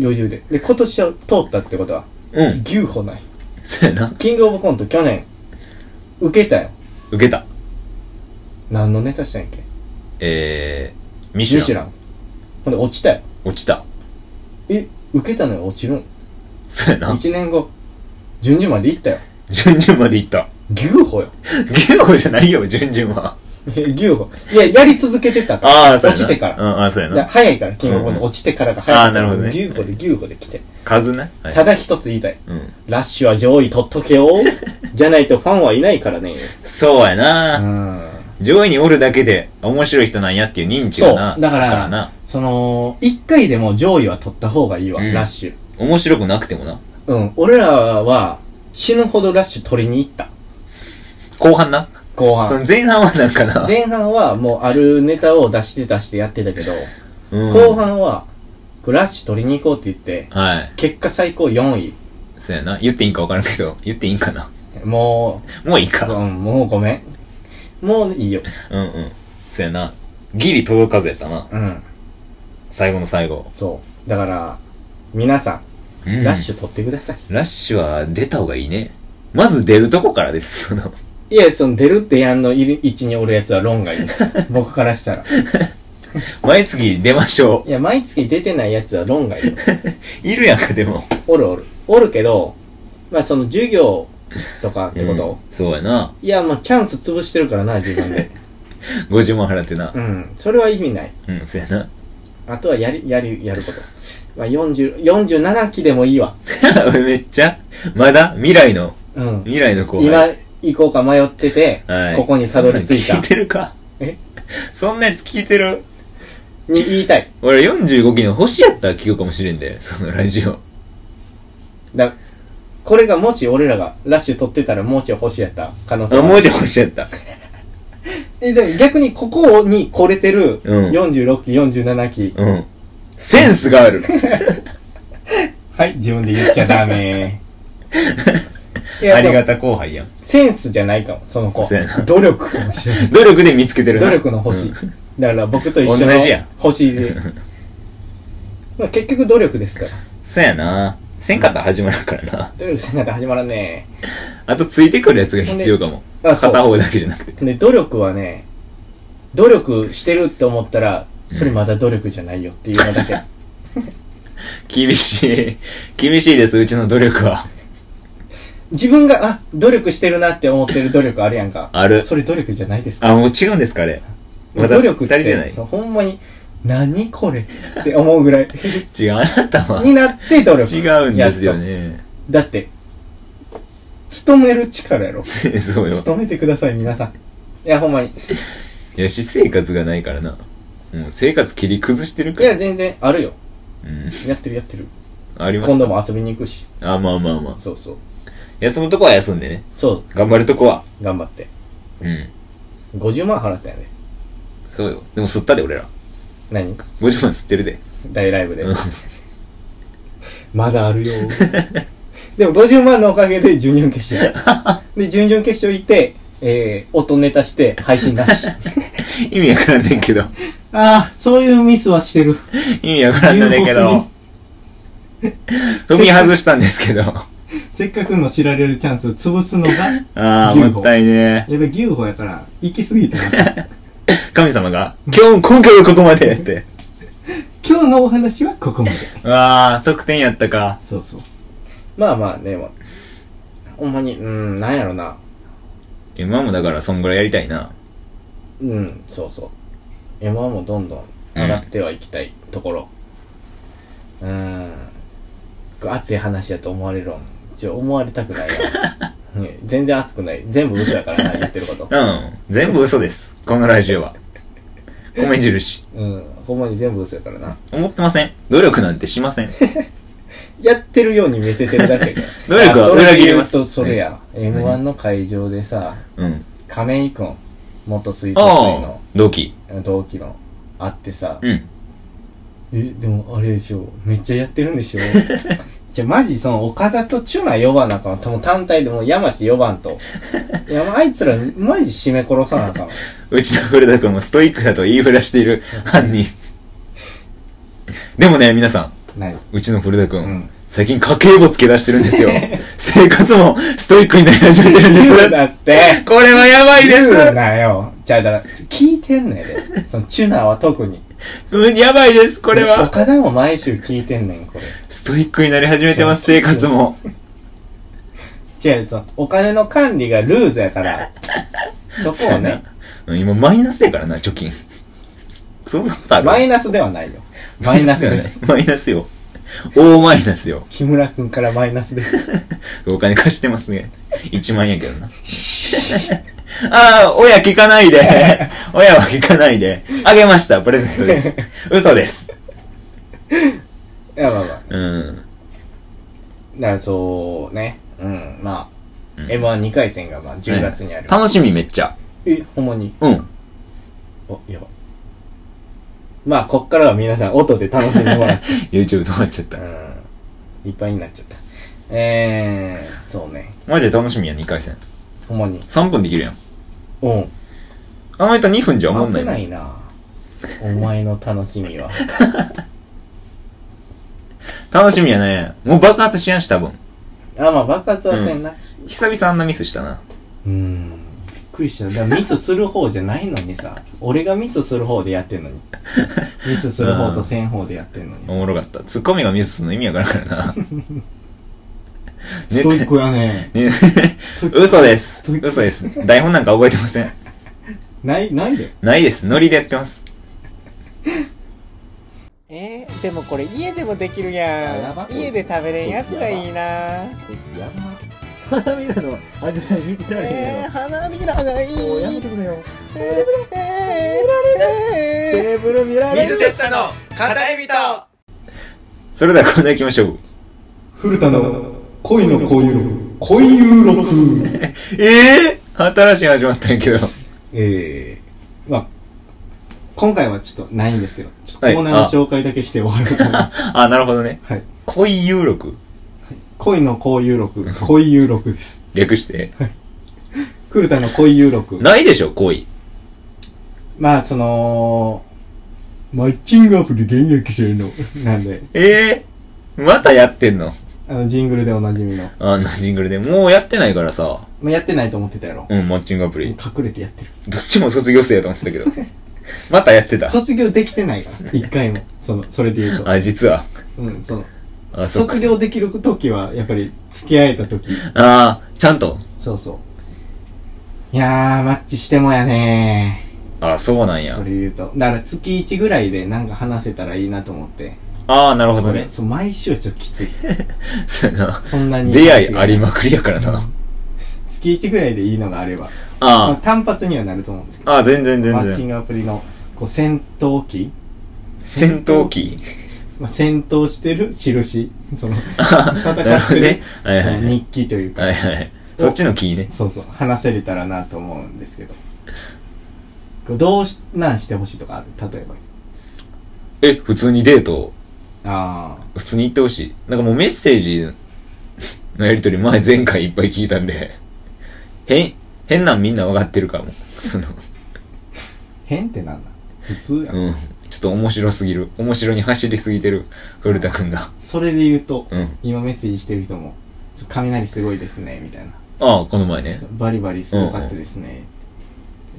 [SPEAKER 2] 余裕で。で、今年は通ったってことは、
[SPEAKER 1] うん。
[SPEAKER 2] 牛歩ない。
[SPEAKER 1] そうやな。
[SPEAKER 2] キングオブコント去年、受けたよ。
[SPEAKER 1] 受けた。
[SPEAKER 2] 何のネタしたんやっけ
[SPEAKER 1] えー、ミシ
[SPEAKER 2] ミ
[SPEAKER 1] ュ
[SPEAKER 2] シュ
[SPEAKER 1] ラン。
[SPEAKER 2] ラン。ほんで落ちたよ。
[SPEAKER 1] 落ちた。
[SPEAKER 2] え、受けたのに落ちるん
[SPEAKER 1] そうやな。
[SPEAKER 2] ?1 年後、順々まで行ったよ。
[SPEAKER 1] 順々まで行った。
[SPEAKER 2] 牛 歩よ。
[SPEAKER 1] 牛歩じゃないよ、順々は。
[SPEAKER 2] いや牛歩。いや、やり続けてたから。
[SPEAKER 1] ああ、そうやな。
[SPEAKER 2] 落ちてから
[SPEAKER 1] うん、ああ、そうや
[SPEAKER 2] だから
[SPEAKER 1] な。
[SPEAKER 2] 早いから、キングオブコント落ちてからが早いか
[SPEAKER 1] う
[SPEAKER 2] ら。
[SPEAKER 1] んうんあーなるほどね
[SPEAKER 2] 牛歩で牛歩で来て。
[SPEAKER 1] 数ね。はい
[SPEAKER 2] ただ一つ言いたい。
[SPEAKER 1] うん。
[SPEAKER 2] ラッシュは上位取っとけよ。じゃないとファンはいないからね。
[SPEAKER 1] そうや
[SPEAKER 2] う
[SPEAKER 1] な。
[SPEAKER 2] ん。
[SPEAKER 1] 上位におるだけで面白い人なんやっていう認知がな。
[SPEAKER 2] そうだから
[SPEAKER 1] つくな。
[SPEAKER 2] その、一回でも上位は取った方がいいわ、
[SPEAKER 1] うん
[SPEAKER 2] ラッシュ。
[SPEAKER 1] 面白くなくてもな。
[SPEAKER 2] うん。俺らは死ぬほどラッシュ取りに行った。
[SPEAKER 1] 後半な。
[SPEAKER 2] 後
[SPEAKER 1] その
[SPEAKER 2] 半。
[SPEAKER 1] 前半はなんかな。
[SPEAKER 2] 前半はもうあるネタを出して出してやってたけど、
[SPEAKER 1] うん
[SPEAKER 2] 後。半は、こうラッシュ取りに行こうって言って、
[SPEAKER 1] はい。
[SPEAKER 2] 結果最高4位。
[SPEAKER 1] そうやな。言っていいんか分からんけど、言っていいんかな。
[SPEAKER 2] も、
[SPEAKER 1] もういいう
[SPEAKER 2] う
[SPEAKER 1] か。
[SPEAKER 2] ん、もうごめん。もういいよ。
[SPEAKER 1] うんうん。そうやな。ギリ届かずやったな。
[SPEAKER 2] うん。
[SPEAKER 1] 最後の最後。
[SPEAKER 2] そう。だから、皆さ
[SPEAKER 1] うん
[SPEAKER 2] ん、ラッシュ取ってください。
[SPEAKER 1] ラッシュは出た方がいいね。まず出るとこからです。その、
[SPEAKER 2] いや、その出るってやんのいる位置におるやつは論外 です。僕からしたら。
[SPEAKER 1] 毎月出ましょ
[SPEAKER 2] いや、毎月出てないやつは論外よ。
[SPEAKER 1] う。いるやんか、でも。
[SPEAKER 2] おるおる。おるけど、まあその授業とかってこと、
[SPEAKER 1] うんそうやな。
[SPEAKER 2] いや、もうチャンス潰してるからな、自分で。
[SPEAKER 1] 50万払ってな
[SPEAKER 2] う。ん。それは意味ない。
[SPEAKER 1] うん、そうやな。
[SPEAKER 2] あとはやり、やり、やること。まあ40、47期でもいいわ。
[SPEAKER 1] めっちゃ、まだ未来の、
[SPEAKER 2] うん。
[SPEAKER 1] 未来の後
[SPEAKER 2] 今
[SPEAKER 1] 輩。、
[SPEAKER 2] 行こうか迷ってて、
[SPEAKER 1] はい
[SPEAKER 2] ここにたどり着い
[SPEAKER 1] そんな
[SPEAKER 2] た
[SPEAKER 1] ん聞い。てるか。
[SPEAKER 2] え
[SPEAKER 1] そんなやつ聞いてる
[SPEAKER 2] に言いたい。
[SPEAKER 1] 俺45期の星やったら聞くかもしれんで、そのラジオ。
[SPEAKER 2] だこれがもし俺らがラッシュ取ってたらもうちょい星やった可能性
[SPEAKER 1] あ、
[SPEAKER 2] は
[SPEAKER 1] もうちょい星やった。
[SPEAKER 2] えだから逆にここに来れてる
[SPEAKER 1] うん
[SPEAKER 2] 46期47期、
[SPEAKER 1] うん。センスがある。
[SPEAKER 2] はい自分で言っちゃダメい
[SPEAKER 1] あ
[SPEAKER 2] や
[SPEAKER 1] り
[SPEAKER 2] で
[SPEAKER 1] が
[SPEAKER 2] も
[SPEAKER 1] た後輩やん。
[SPEAKER 2] センスじゃないかもその子
[SPEAKER 1] そうやな
[SPEAKER 2] 努力かもしれない
[SPEAKER 1] 努力で見つけてるな
[SPEAKER 2] 努力の星、
[SPEAKER 1] うん
[SPEAKER 2] だから僕と一緒の
[SPEAKER 1] 同じや
[SPEAKER 2] 星でまあ結局努力ですから
[SPEAKER 1] そうやな。せんかったら始まらんからな。
[SPEAKER 2] 努力せんかったら始まらんね
[SPEAKER 1] あとついてくるやつが必要かも。
[SPEAKER 2] えあそう
[SPEAKER 1] 片方だけじゃなくて。
[SPEAKER 2] で努力はね努力してるって思ったらそれまだ努力じゃないよっていうのだ け
[SPEAKER 1] 厳しい。厳しいです、うちの努力は。
[SPEAKER 2] 自分があ努力してるなって思ってる努力あるやんか
[SPEAKER 1] ある
[SPEAKER 2] それ努力じゃないですか
[SPEAKER 1] あ、もう違うんですか、あれ。まだ
[SPEAKER 2] 努力っ
[SPEAKER 1] 足りてな
[SPEAKER 2] て
[SPEAKER 1] い
[SPEAKER 2] そのほんまに何これって思うぐ らい
[SPEAKER 1] 違う、あなたは。
[SPEAKER 2] になって努力
[SPEAKER 1] 違うんですよね。
[SPEAKER 2] だって勤める力やろ
[SPEAKER 1] そうよ。
[SPEAKER 2] 勤めてください皆さんいやほんまにい
[SPEAKER 1] いや、私生活がないからな。もう生活切り崩してるから。
[SPEAKER 2] や全然あるよ
[SPEAKER 1] うん。
[SPEAKER 2] やってるやってる
[SPEAKER 1] あります
[SPEAKER 2] 今度も遊びに行くし
[SPEAKER 1] あ、まあまあまあ。
[SPEAKER 2] そうそう
[SPEAKER 1] 休むとこは休んでね。
[SPEAKER 2] そ
[SPEAKER 1] 頑張るとこは。
[SPEAKER 2] う頑張って
[SPEAKER 1] うん。
[SPEAKER 2] 50万払ったよね
[SPEAKER 1] そうよ。でも吸ったで、俺ら。
[SPEAKER 2] 何
[SPEAKER 1] 50万吸ってるで。
[SPEAKER 2] 大ライブで
[SPEAKER 1] うん
[SPEAKER 2] まだあるよでも50万のおかげで準々決勝で準々決勝行ってえー、音ネタして配信な し
[SPEAKER 1] 意味わからんねん けど。
[SPEAKER 2] ああそういうミスはしてる
[SPEAKER 1] 意味わからんのだけ
[SPEAKER 2] 有効
[SPEAKER 1] ど。踏み外したんですけど。 あ
[SPEAKER 2] せっかくの知られるチャンスを潰すのが、やっ
[SPEAKER 1] あ、
[SPEAKER 2] 牛歩
[SPEAKER 1] もったいね。
[SPEAKER 2] ぱり牛歩やから、行き過ぎた な。
[SPEAKER 1] 神様が、今日、今回はここまで って。
[SPEAKER 2] 今日のお話はここまで。
[SPEAKER 1] ああ、得点やったか。
[SPEAKER 2] そうそう。まあまあ、でも、ほんまに、うん、なんやろな。
[SPEAKER 1] 今もだから、そんぐらいやりたいな。
[SPEAKER 2] うん、そうそう。m 1もどんどん上がってはいきたいところ。うーん。こう熱い話やと思われるわちょ、思われたくない なね全然熱くない。全部嘘やからな、言ってる こと。
[SPEAKER 1] うん。全部嘘です。このラジオは。米印。
[SPEAKER 2] うん。ほんまに全部嘘やからな。
[SPEAKER 1] 思ってません。努力なんてしません。
[SPEAKER 2] やってるように見せてるだ けやから
[SPEAKER 1] 努力は
[SPEAKER 2] あそれ
[SPEAKER 1] 裏
[SPEAKER 2] で
[SPEAKER 1] 切り
[SPEAKER 2] 言
[SPEAKER 1] ま
[SPEAKER 2] う
[SPEAKER 1] す
[SPEAKER 2] と、それや。M1 の会場でさ、
[SPEAKER 1] うん。
[SPEAKER 2] 亀井くん、元水素水
[SPEAKER 1] ああ
[SPEAKER 2] の、
[SPEAKER 1] 同期。
[SPEAKER 2] 同期の、あってさ、
[SPEAKER 1] うん。
[SPEAKER 2] えでもあれでしょめっちゃやってるん でしょじゃあマジその岡田とチュナ呼ばなあかんともう単体でもう山地呼ば んといやあいつらマジ締め殺さなあかん
[SPEAKER 1] うちの古田君もストイックだと言いふらしている犯人。でもね、皆さん、
[SPEAKER 2] ない、
[SPEAKER 1] うちの古田君、
[SPEAKER 2] うん
[SPEAKER 1] 最近家計簿つけ出してるん ですよ。生活もストイックになり始めてるんで
[SPEAKER 2] 言う
[SPEAKER 1] す。
[SPEAKER 2] だって
[SPEAKER 1] これはやばいで
[SPEAKER 2] 言う
[SPEAKER 1] す
[SPEAKER 2] なよじゃあだから聞いてんね んでそのチュナは特に
[SPEAKER 1] うん、やばいです、こ
[SPEAKER 2] こ
[SPEAKER 1] れは。
[SPEAKER 2] 岡田も毎週聞いてんねんこれ
[SPEAKER 1] ストイックになり始めてます、生活も。
[SPEAKER 2] 違うそのお金の管理がルーズやからそこをね
[SPEAKER 1] うん今マイナスやからな、貯金。そんなことある
[SPEAKER 2] マイナスではないよマイナスです。
[SPEAKER 1] マイナスよ。大マイナスよ。
[SPEAKER 2] 木村君からマイナスです
[SPEAKER 1] お金貸してますね。1万円やけどな。 ああ、親聞かないで。 親は聞かないで。あげました。プレゼント です。嘘です。
[SPEAKER 2] いやまあまあ
[SPEAKER 1] うん。
[SPEAKER 2] だからそうね、うん、まあ、
[SPEAKER 1] うん
[SPEAKER 2] M12 回戦がまあ10月にある。
[SPEAKER 1] 楽しみめっちゃ。
[SPEAKER 2] え、ほんまに
[SPEAKER 1] うん。
[SPEAKER 2] お、やば。まあ、こっからは皆さん音で楽しんでも らって。
[SPEAKER 1] YouTube 止まっちゃっ
[SPEAKER 2] う
[SPEAKER 1] た。
[SPEAKER 2] ん。いっぱいになっちゃった。えー、そうね。
[SPEAKER 1] マジで楽しみや、2回戦。
[SPEAKER 2] ほんまに。
[SPEAKER 1] 3分できるやん。
[SPEAKER 2] うん。
[SPEAKER 1] あの人2分じゃ思んない
[SPEAKER 2] 危
[SPEAKER 1] も。
[SPEAKER 2] なんいなお前の楽しみは。
[SPEAKER 1] 楽しみやね。もう爆発しやんし、多分。
[SPEAKER 2] あ、まあ、爆発はせんな。
[SPEAKER 1] 久々あんなミスしたな。
[SPEAKER 2] うん。びっくりした。だからミスする方じゃないの にさ、俺がミスする方でやってんのに。ミスする方とせん方でやってんのにさ
[SPEAKER 1] お。もろかった。ツッコミがミスするの意味わからんからな。
[SPEAKER 2] ストイック やね。
[SPEAKER 1] ね
[SPEAKER 2] ストイック
[SPEAKER 1] 嘘です
[SPEAKER 2] ストイック
[SPEAKER 1] 嘘です台本なんか覚えてません
[SPEAKER 2] ない、ないで。
[SPEAKER 1] ないですノリでやってます
[SPEAKER 5] えー、でもこれ家でもできるや
[SPEAKER 2] ば
[SPEAKER 5] ん家で食べれんやつがいいな
[SPEAKER 6] 花びらのアジサイ見てられへん
[SPEAKER 5] えー、
[SPEAKER 6] よ。
[SPEAKER 5] 花びらがいい
[SPEAKER 6] もうやめてくれよ。
[SPEAKER 5] えー、えー、えー
[SPEAKER 6] テーブル見られる。
[SPEAKER 1] セッタの語り人それではこんな行きましょう
[SPEAKER 2] 古田の恋の交友録恋友録
[SPEAKER 1] ええー、新しいの始まったんやけど
[SPEAKER 2] えー、まあ今回はちょっとないんですけどちょっと
[SPEAKER 1] は
[SPEAKER 2] コ
[SPEAKER 1] い
[SPEAKER 2] ーナーの紹介だけして終わると思います、
[SPEAKER 1] あなるほどね
[SPEAKER 2] はい、
[SPEAKER 1] 恋有録
[SPEAKER 2] 恋の交友録恋友録です
[SPEAKER 1] 略して
[SPEAKER 2] 古田の恋友録
[SPEAKER 1] ないでしょ恋
[SPEAKER 2] まあそのマッチングアプリ現役して るのなんで
[SPEAKER 1] ええー、またやってんの
[SPEAKER 2] あのジングルでおなじみの、
[SPEAKER 1] あのジングルでもうやってないからさ
[SPEAKER 2] まあ、やってないと思ってたやろ
[SPEAKER 1] うんマッチングアプリ
[SPEAKER 2] 隠れてやってる
[SPEAKER 1] どっちも卒業生やと思ってたけどまたやってた
[SPEAKER 2] 卒業できてないから 一回もそのそれで言うと
[SPEAKER 1] あ実は
[SPEAKER 2] うんその
[SPEAKER 1] あそっか
[SPEAKER 2] 卒業できる時はやっぱり付き合えた時
[SPEAKER 1] あーちゃんと
[SPEAKER 2] そうそういやーマッチしてもやね
[SPEAKER 1] あそうなん
[SPEAKER 2] ー
[SPEAKER 1] や
[SPEAKER 2] それ言うとだから月1ぐらいでなんか話せたらいいなと思って
[SPEAKER 1] ああなるほど
[SPEAKER 2] これ
[SPEAKER 1] ね
[SPEAKER 2] そう毎週はちょっときつい
[SPEAKER 1] そうやな
[SPEAKER 2] そんなに
[SPEAKER 1] 出会いあり
[SPEAKER 2] す
[SPEAKER 1] まくりやからな。
[SPEAKER 2] 月1ぐらいでいいのがあればまあ
[SPEAKER 1] あ
[SPEAKER 2] 単発にはなると思うんですけ
[SPEAKER 1] あ、ああ、全然
[SPEAKER 2] どマ
[SPEAKER 1] 全
[SPEAKER 2] ッチン
[SPEAKER 1] 然。
[SPEAKER 2] グアプリのこう戦闘機、
[SPEAKER 1] 戦闘機
[SPEAKER 2] まあ、戦闘してる印 その戦
[SPEAKER 1] あなる
[SPEAKER 2] っ
[SPEAKER 1] ほど
[SPEAKER 2] てる、
[SPEAKER 1] ね。はいはいはい。
[SPEAKER 2] 日記というか、
[SPEAKER 1] はいはい。そっちのキーね。
[SPEAKER 2] そうそう話せれたらなと思うんですけどこうどうしなんしてほしいとかある例えば
[SPEAKER 1] え、普通にデート、
[SPEAKER 2] ああ
[SPEAKER 1] 普通に行ってほしい。なんかもうメッセージのやりとり前前回いっぱい聞いたんで、変、変なんみんな分かってるかも。その、
[SPEAKER 2] 変ってなんだ普通やん、
[SPEAKER 1] うん。ちょっと面白すぎる。面白に走りすぎてる、古田くんが。
[SPEAKER 2] それで言うと、
[SPEAKER 1] うん。
[SPEAKER 2] 今メッセージしてる人も、ちょ雷すごいですね、みたいな。
[SPEAKER 1] ああ、この前ね。
[SPEAKER 2] バリバリすごかったですね。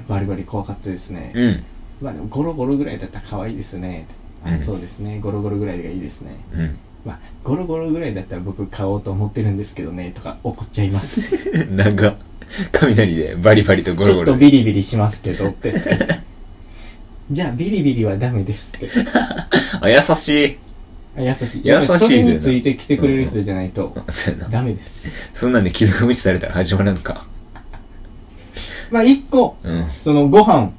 [SPEAKER 2] バリバリ怖かったですね。
[SPEAKER 1] うん。
[SPEAKER 2] まあでもゴロゴロぐらいだったら可愛いですね。あ
[SPEAKER 1] うん
[SPEAKER 2] そうですね。ゴロゴロぐらいがいいですね。
[SPEAKER 1] うん。
[SPEAKER 2] まあ、ゴロゴロぐらいだったら僕買おうと思ってるんですけどね、とか怒っちゃいます。
[SPEAKER 1] なんか、雷でバリバリ とゴ
[SPEAKER 2] ち
[SPEAKER 1] ロ
[SPEAKER 2] ょ
[SPEAKER 1] ゴ
[SPEAKER 2] っと
[SPEAKER 1] ロ。
[SPEAKER 2] ビリビリしますけどって つけて。じゃあビリビリはダメですって。
[SPEAKER 1] あ、優しい。
[SPEAKER 2] あ優しい。
[SPEAKER 1] 優しいね
[SPEAKER 2] それについてきてくれる人じゃないと、
[SPEAKER 1] そうやな。
[SPEAKER 2] ダメです。
[SPEAKER 1] そんなんで既読無視されたら始まらんか。
[SPEAKER 2] まあ一個、
[SPEAKER 1] うん。
[SPEAKER 2] そのご飯、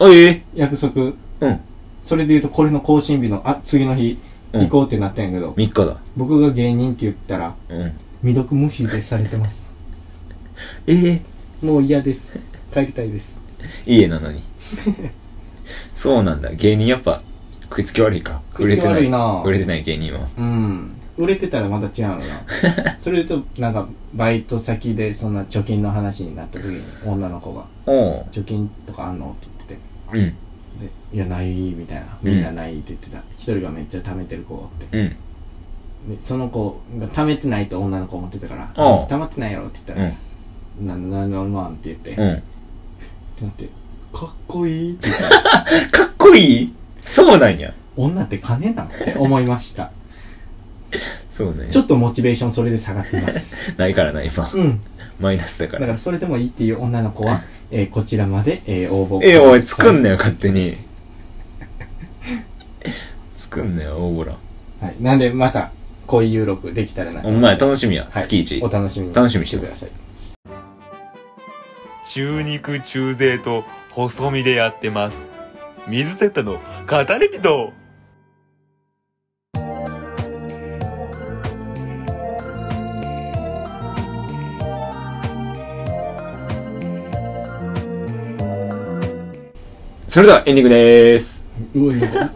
[SPEAKER 1] おいえ
[SPEAKER 2] 約束、
[SPEAKER 1] うん。
[SPEAKER 2] それで言うとこれの更新日の、あ、次の日、
[SPEAKER 1] うん
[SPEAKER 2] 行こうってなったんやけど、
[SPEAKER 1] 3日だ。
[SPEAKER 2] 僕が芸人って言ったら、
[SPEAKER 1] うん。
[SPEAKER 2] 未読無視でされてます。
[SPEAKER 1] ええ
[SPEAKER 2] もう嫌です。帰りたいです。
[SPEAKER 1] いい絵なのに。そうなんだ。芸人やっぱ、食いつき悪いか。
[SPEAKER 2] 食いつき悪いな
[SPEAKER 1] 売れてない売れてない芸人は。
[SPEAKER 2] うん。売れてたらまた違うの な。それで言うと、なんか、バイト先でそんな貯金の話になった時に、女の子が、
[SPEAKER 1] おう。
[SPEAKER 2] 貯金とかあんのって言ってて、
[SPEAKER 1] うん。
[SPEAKER 2] で、いや、ない、みたいな。
[SPEAKER 1] うん
[SPEAKER 2] みんなないって言ってた。一、人がめっちゃ貯めてる子おって。
[SPEAKER 1] うん。
[SPEAKER 2] で、その子が貯めてないと女の子思ってたから、
[SPEAKER 1] おう
[SPEAKER 2] 貯まってないやろって言った
[SPEAKER 1] うん
[SPEAKER 2] ら、。な、な、な、なんって言って、っ
[SPEAKER 1] うん。
[SPEAKER 2] てなって、かっこいいって言った。
[SPEAKER 1] かっこいいそうなんや。
[SPEAKER 2] 女って金なのって思いました。
[SPEAKER 1] そうね。
[SPEAKER 2] ちょっとモチベーションそれで下がってます。
[SPEAKER 1] ないからな、今。
[SPEAKER 2] うん。
[SPEAKER 1] マイナスだか。
[SPEAKER 2] だかららそれでもいいっていう女の子 は、えーこちらまで、えー応募くださ
[SPEAKER 1] え、
[SPEAKER 2] い。
[SPEAKER 1] おい、作んなよ、勝手に。作んなよ、大ボラ。
[SPEAKER 2] はい。なんで、また、恋有録できたらなと
[SPEAKER 1] お前、楽しみや。
[SPEAKER 2] はい
[SPEAKER 1] 月一
[SPEAKER 2] お。楽しみに。
[SPEAKER 1] 楽しみにしてます
[SPEAKER 2] ください。
[SPEAKER 7] 中肉中背と細身でやってます水セッタの語り人
[SPEAKER 1] それでは、エンディングでーす。
[SPEAKER 2] うわ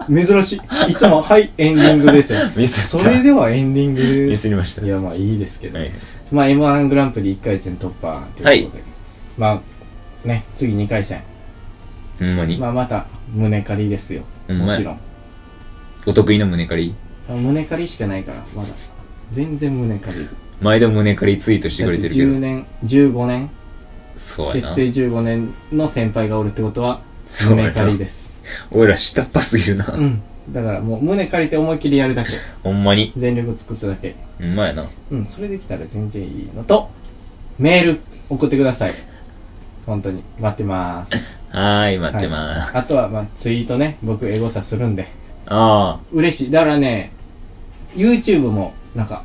[SPEAKER 2] 珍しい。いつも、 はい、エンディングですよ。
[SPEAKER 1] ミス
[SPEAKER 2] そ
[SPEAKER 1] った。
[SPEAKER 2] れではエンディングで
[SPEAKER 1] ミ
[SPEAKER 2] す。
[SPEAKER 1] スりました
[SPEAKER 2] い。や、まあいいですけど。
[SPEAKER 1] はい。
[SPEAKER 2] まあ M1 グランプリ1回戦突破ということで。まあ、ね、次2回戦。
[SPEAKER 1] ほんまに。
[SPEAKER 2] まあまた、胸借りですよ。
[SPEAKER 1] ほん
[SPEAKER 2] も
[SPEAKER 1] ま
[SPEAKER 2] ち
[SPEAKER 1] や
[SPEAKER 2] ろん。
[SPEAKER 1] お得意の胸借り。
[SPEAKER 2] 胸借りしかないから、まだ。全然胸借りる。
[SPEAKER 1] 毎度胸借りツイートしてくれてるけ
[SPEAKER 2] だっ10
[SPEAKER 1] ど。
[SPEAKER 2] 年、15年、
[SPEAKER 1] そうや
[SPEAKER 2] 結
[SPEAKER 1] な
[SPEAKER 2] 成。15年の先輩がおるってことは、
[SPEAKER 1] そうや
[SPEAKER 2] 胸
[SPEAKER 1] な
[SPEAKER 2] 借 り。です。
[SPEAKER 1] 俺ら下っ端すぎるな。
[SPEAKER 2] うん。だからもう胸借りて思いっきりやるだけ。
[SPEAKER 1] ほんまに。
[SPEAKER 2] 全力尽くすだけ。
[SPEAKER 1] ほんまやな。
[SPEAKER 2] うん、それできたら全然いいのと、メール送ってください。本当に。待ってます。
[SPEAKER 1] はーい、待ってまーす。
[SPEAKER 2] あとは、まあ、ツイートね。僕、エゴサするんで。
[SPEAKER 1] あ
[SPEAKER 2] 嬉しい。だからね、YouTube も、なんか、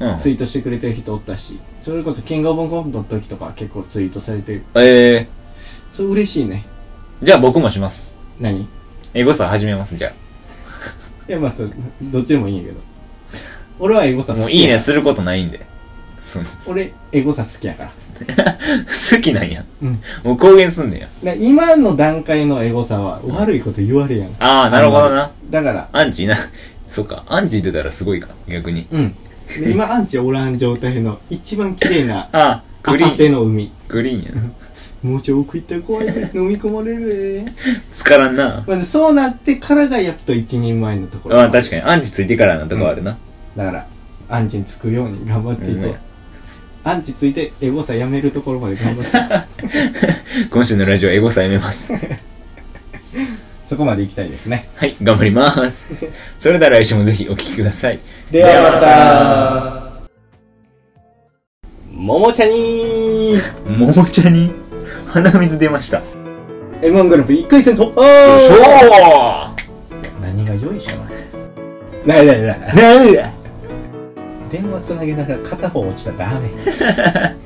[SPEAKER 1] あ。うん。
[SPEAKER 2] ツイートしてくれてる人おったし、それこそ、キングオブコントの時とか結構ツイートされてる。
[SPEAKER 1] え
[SPEAKER 2] それ嬉しいね。
[SPEAKER 1] ー、じゃあ僕もします。
[SPEAKER 2] 何い
[SPEAKER 1] エゴサ始めます、じゃ
[SPEAKER 2] や、まあ、そうどっちでもいいんやけど。俺はエゴサ
[SPEAKER 1] あ。
[SPEAKER 2] 好
[SPEAKER 1] もう
[SPEAKER 2] きやから。
[SPEAKER 1] いいねすることないんで。その、
[SPEAKER 2] 俺、エゴサ好きやから。
[SPEAKER 1] 好きなんや。
[SPEAKER 2] うん
[SPEAKER 1] もう公言すんねや。
[SPEAKER 2] だから今の段階のエゴサは悪いこと言われやん。
[SPEAKER 1] ああ、なるほどな。
[SPEAKER 2] だから、
[SPEAKER 1] アンチいな。 そっか、アンチ出たらすごいか、逆に。
[SPEAKER 2] うん。で今、アンチおらん状態の一番綺麗な
[SPEAKER 1] ああ、 グリ
[SPEAKER 2] 浅瀬
[SPEAKER 1] ーン。
[SPEAKER 2] の海。
[SPEAKER 1] グリーンやな。
[SPEAKER 2] もうちょ奥行ったら怖いね。飲み込まれるで。
[SPEAKER 1] つからん な。
[SPEAKER 2] まあ、そうなってからがやっと一人前のところ。
[SPEAKER 1] ああ、確かに。アンチついてからなとこあるな。
[SPEAKER 2] だから、アンチにつくように頑張っていこ
[SPEAKER 1] う。
[SPEAKER 2] うんアンチついて、エゴサやめるところまで頑張って、
[SPEAKER 1] 今週のラジオエゴサやめます。
[SPEAKER 2] そこまで行きたいですね。
[SPEAKER 1] はい、頑張り ます。それでは来週もぜひお聞きください。
[SPEAKER 2] ではまたももちゃにー
[SPEAKER 1] ももちゃに鼻水出ました。
[SPEAKER 2] M1 グランプリ1回戦突破何が良いじゃないないないない
[SPEAKER 1] ねえ
[SPEAKER 2] 電話つなげながら片方落ちたらダメ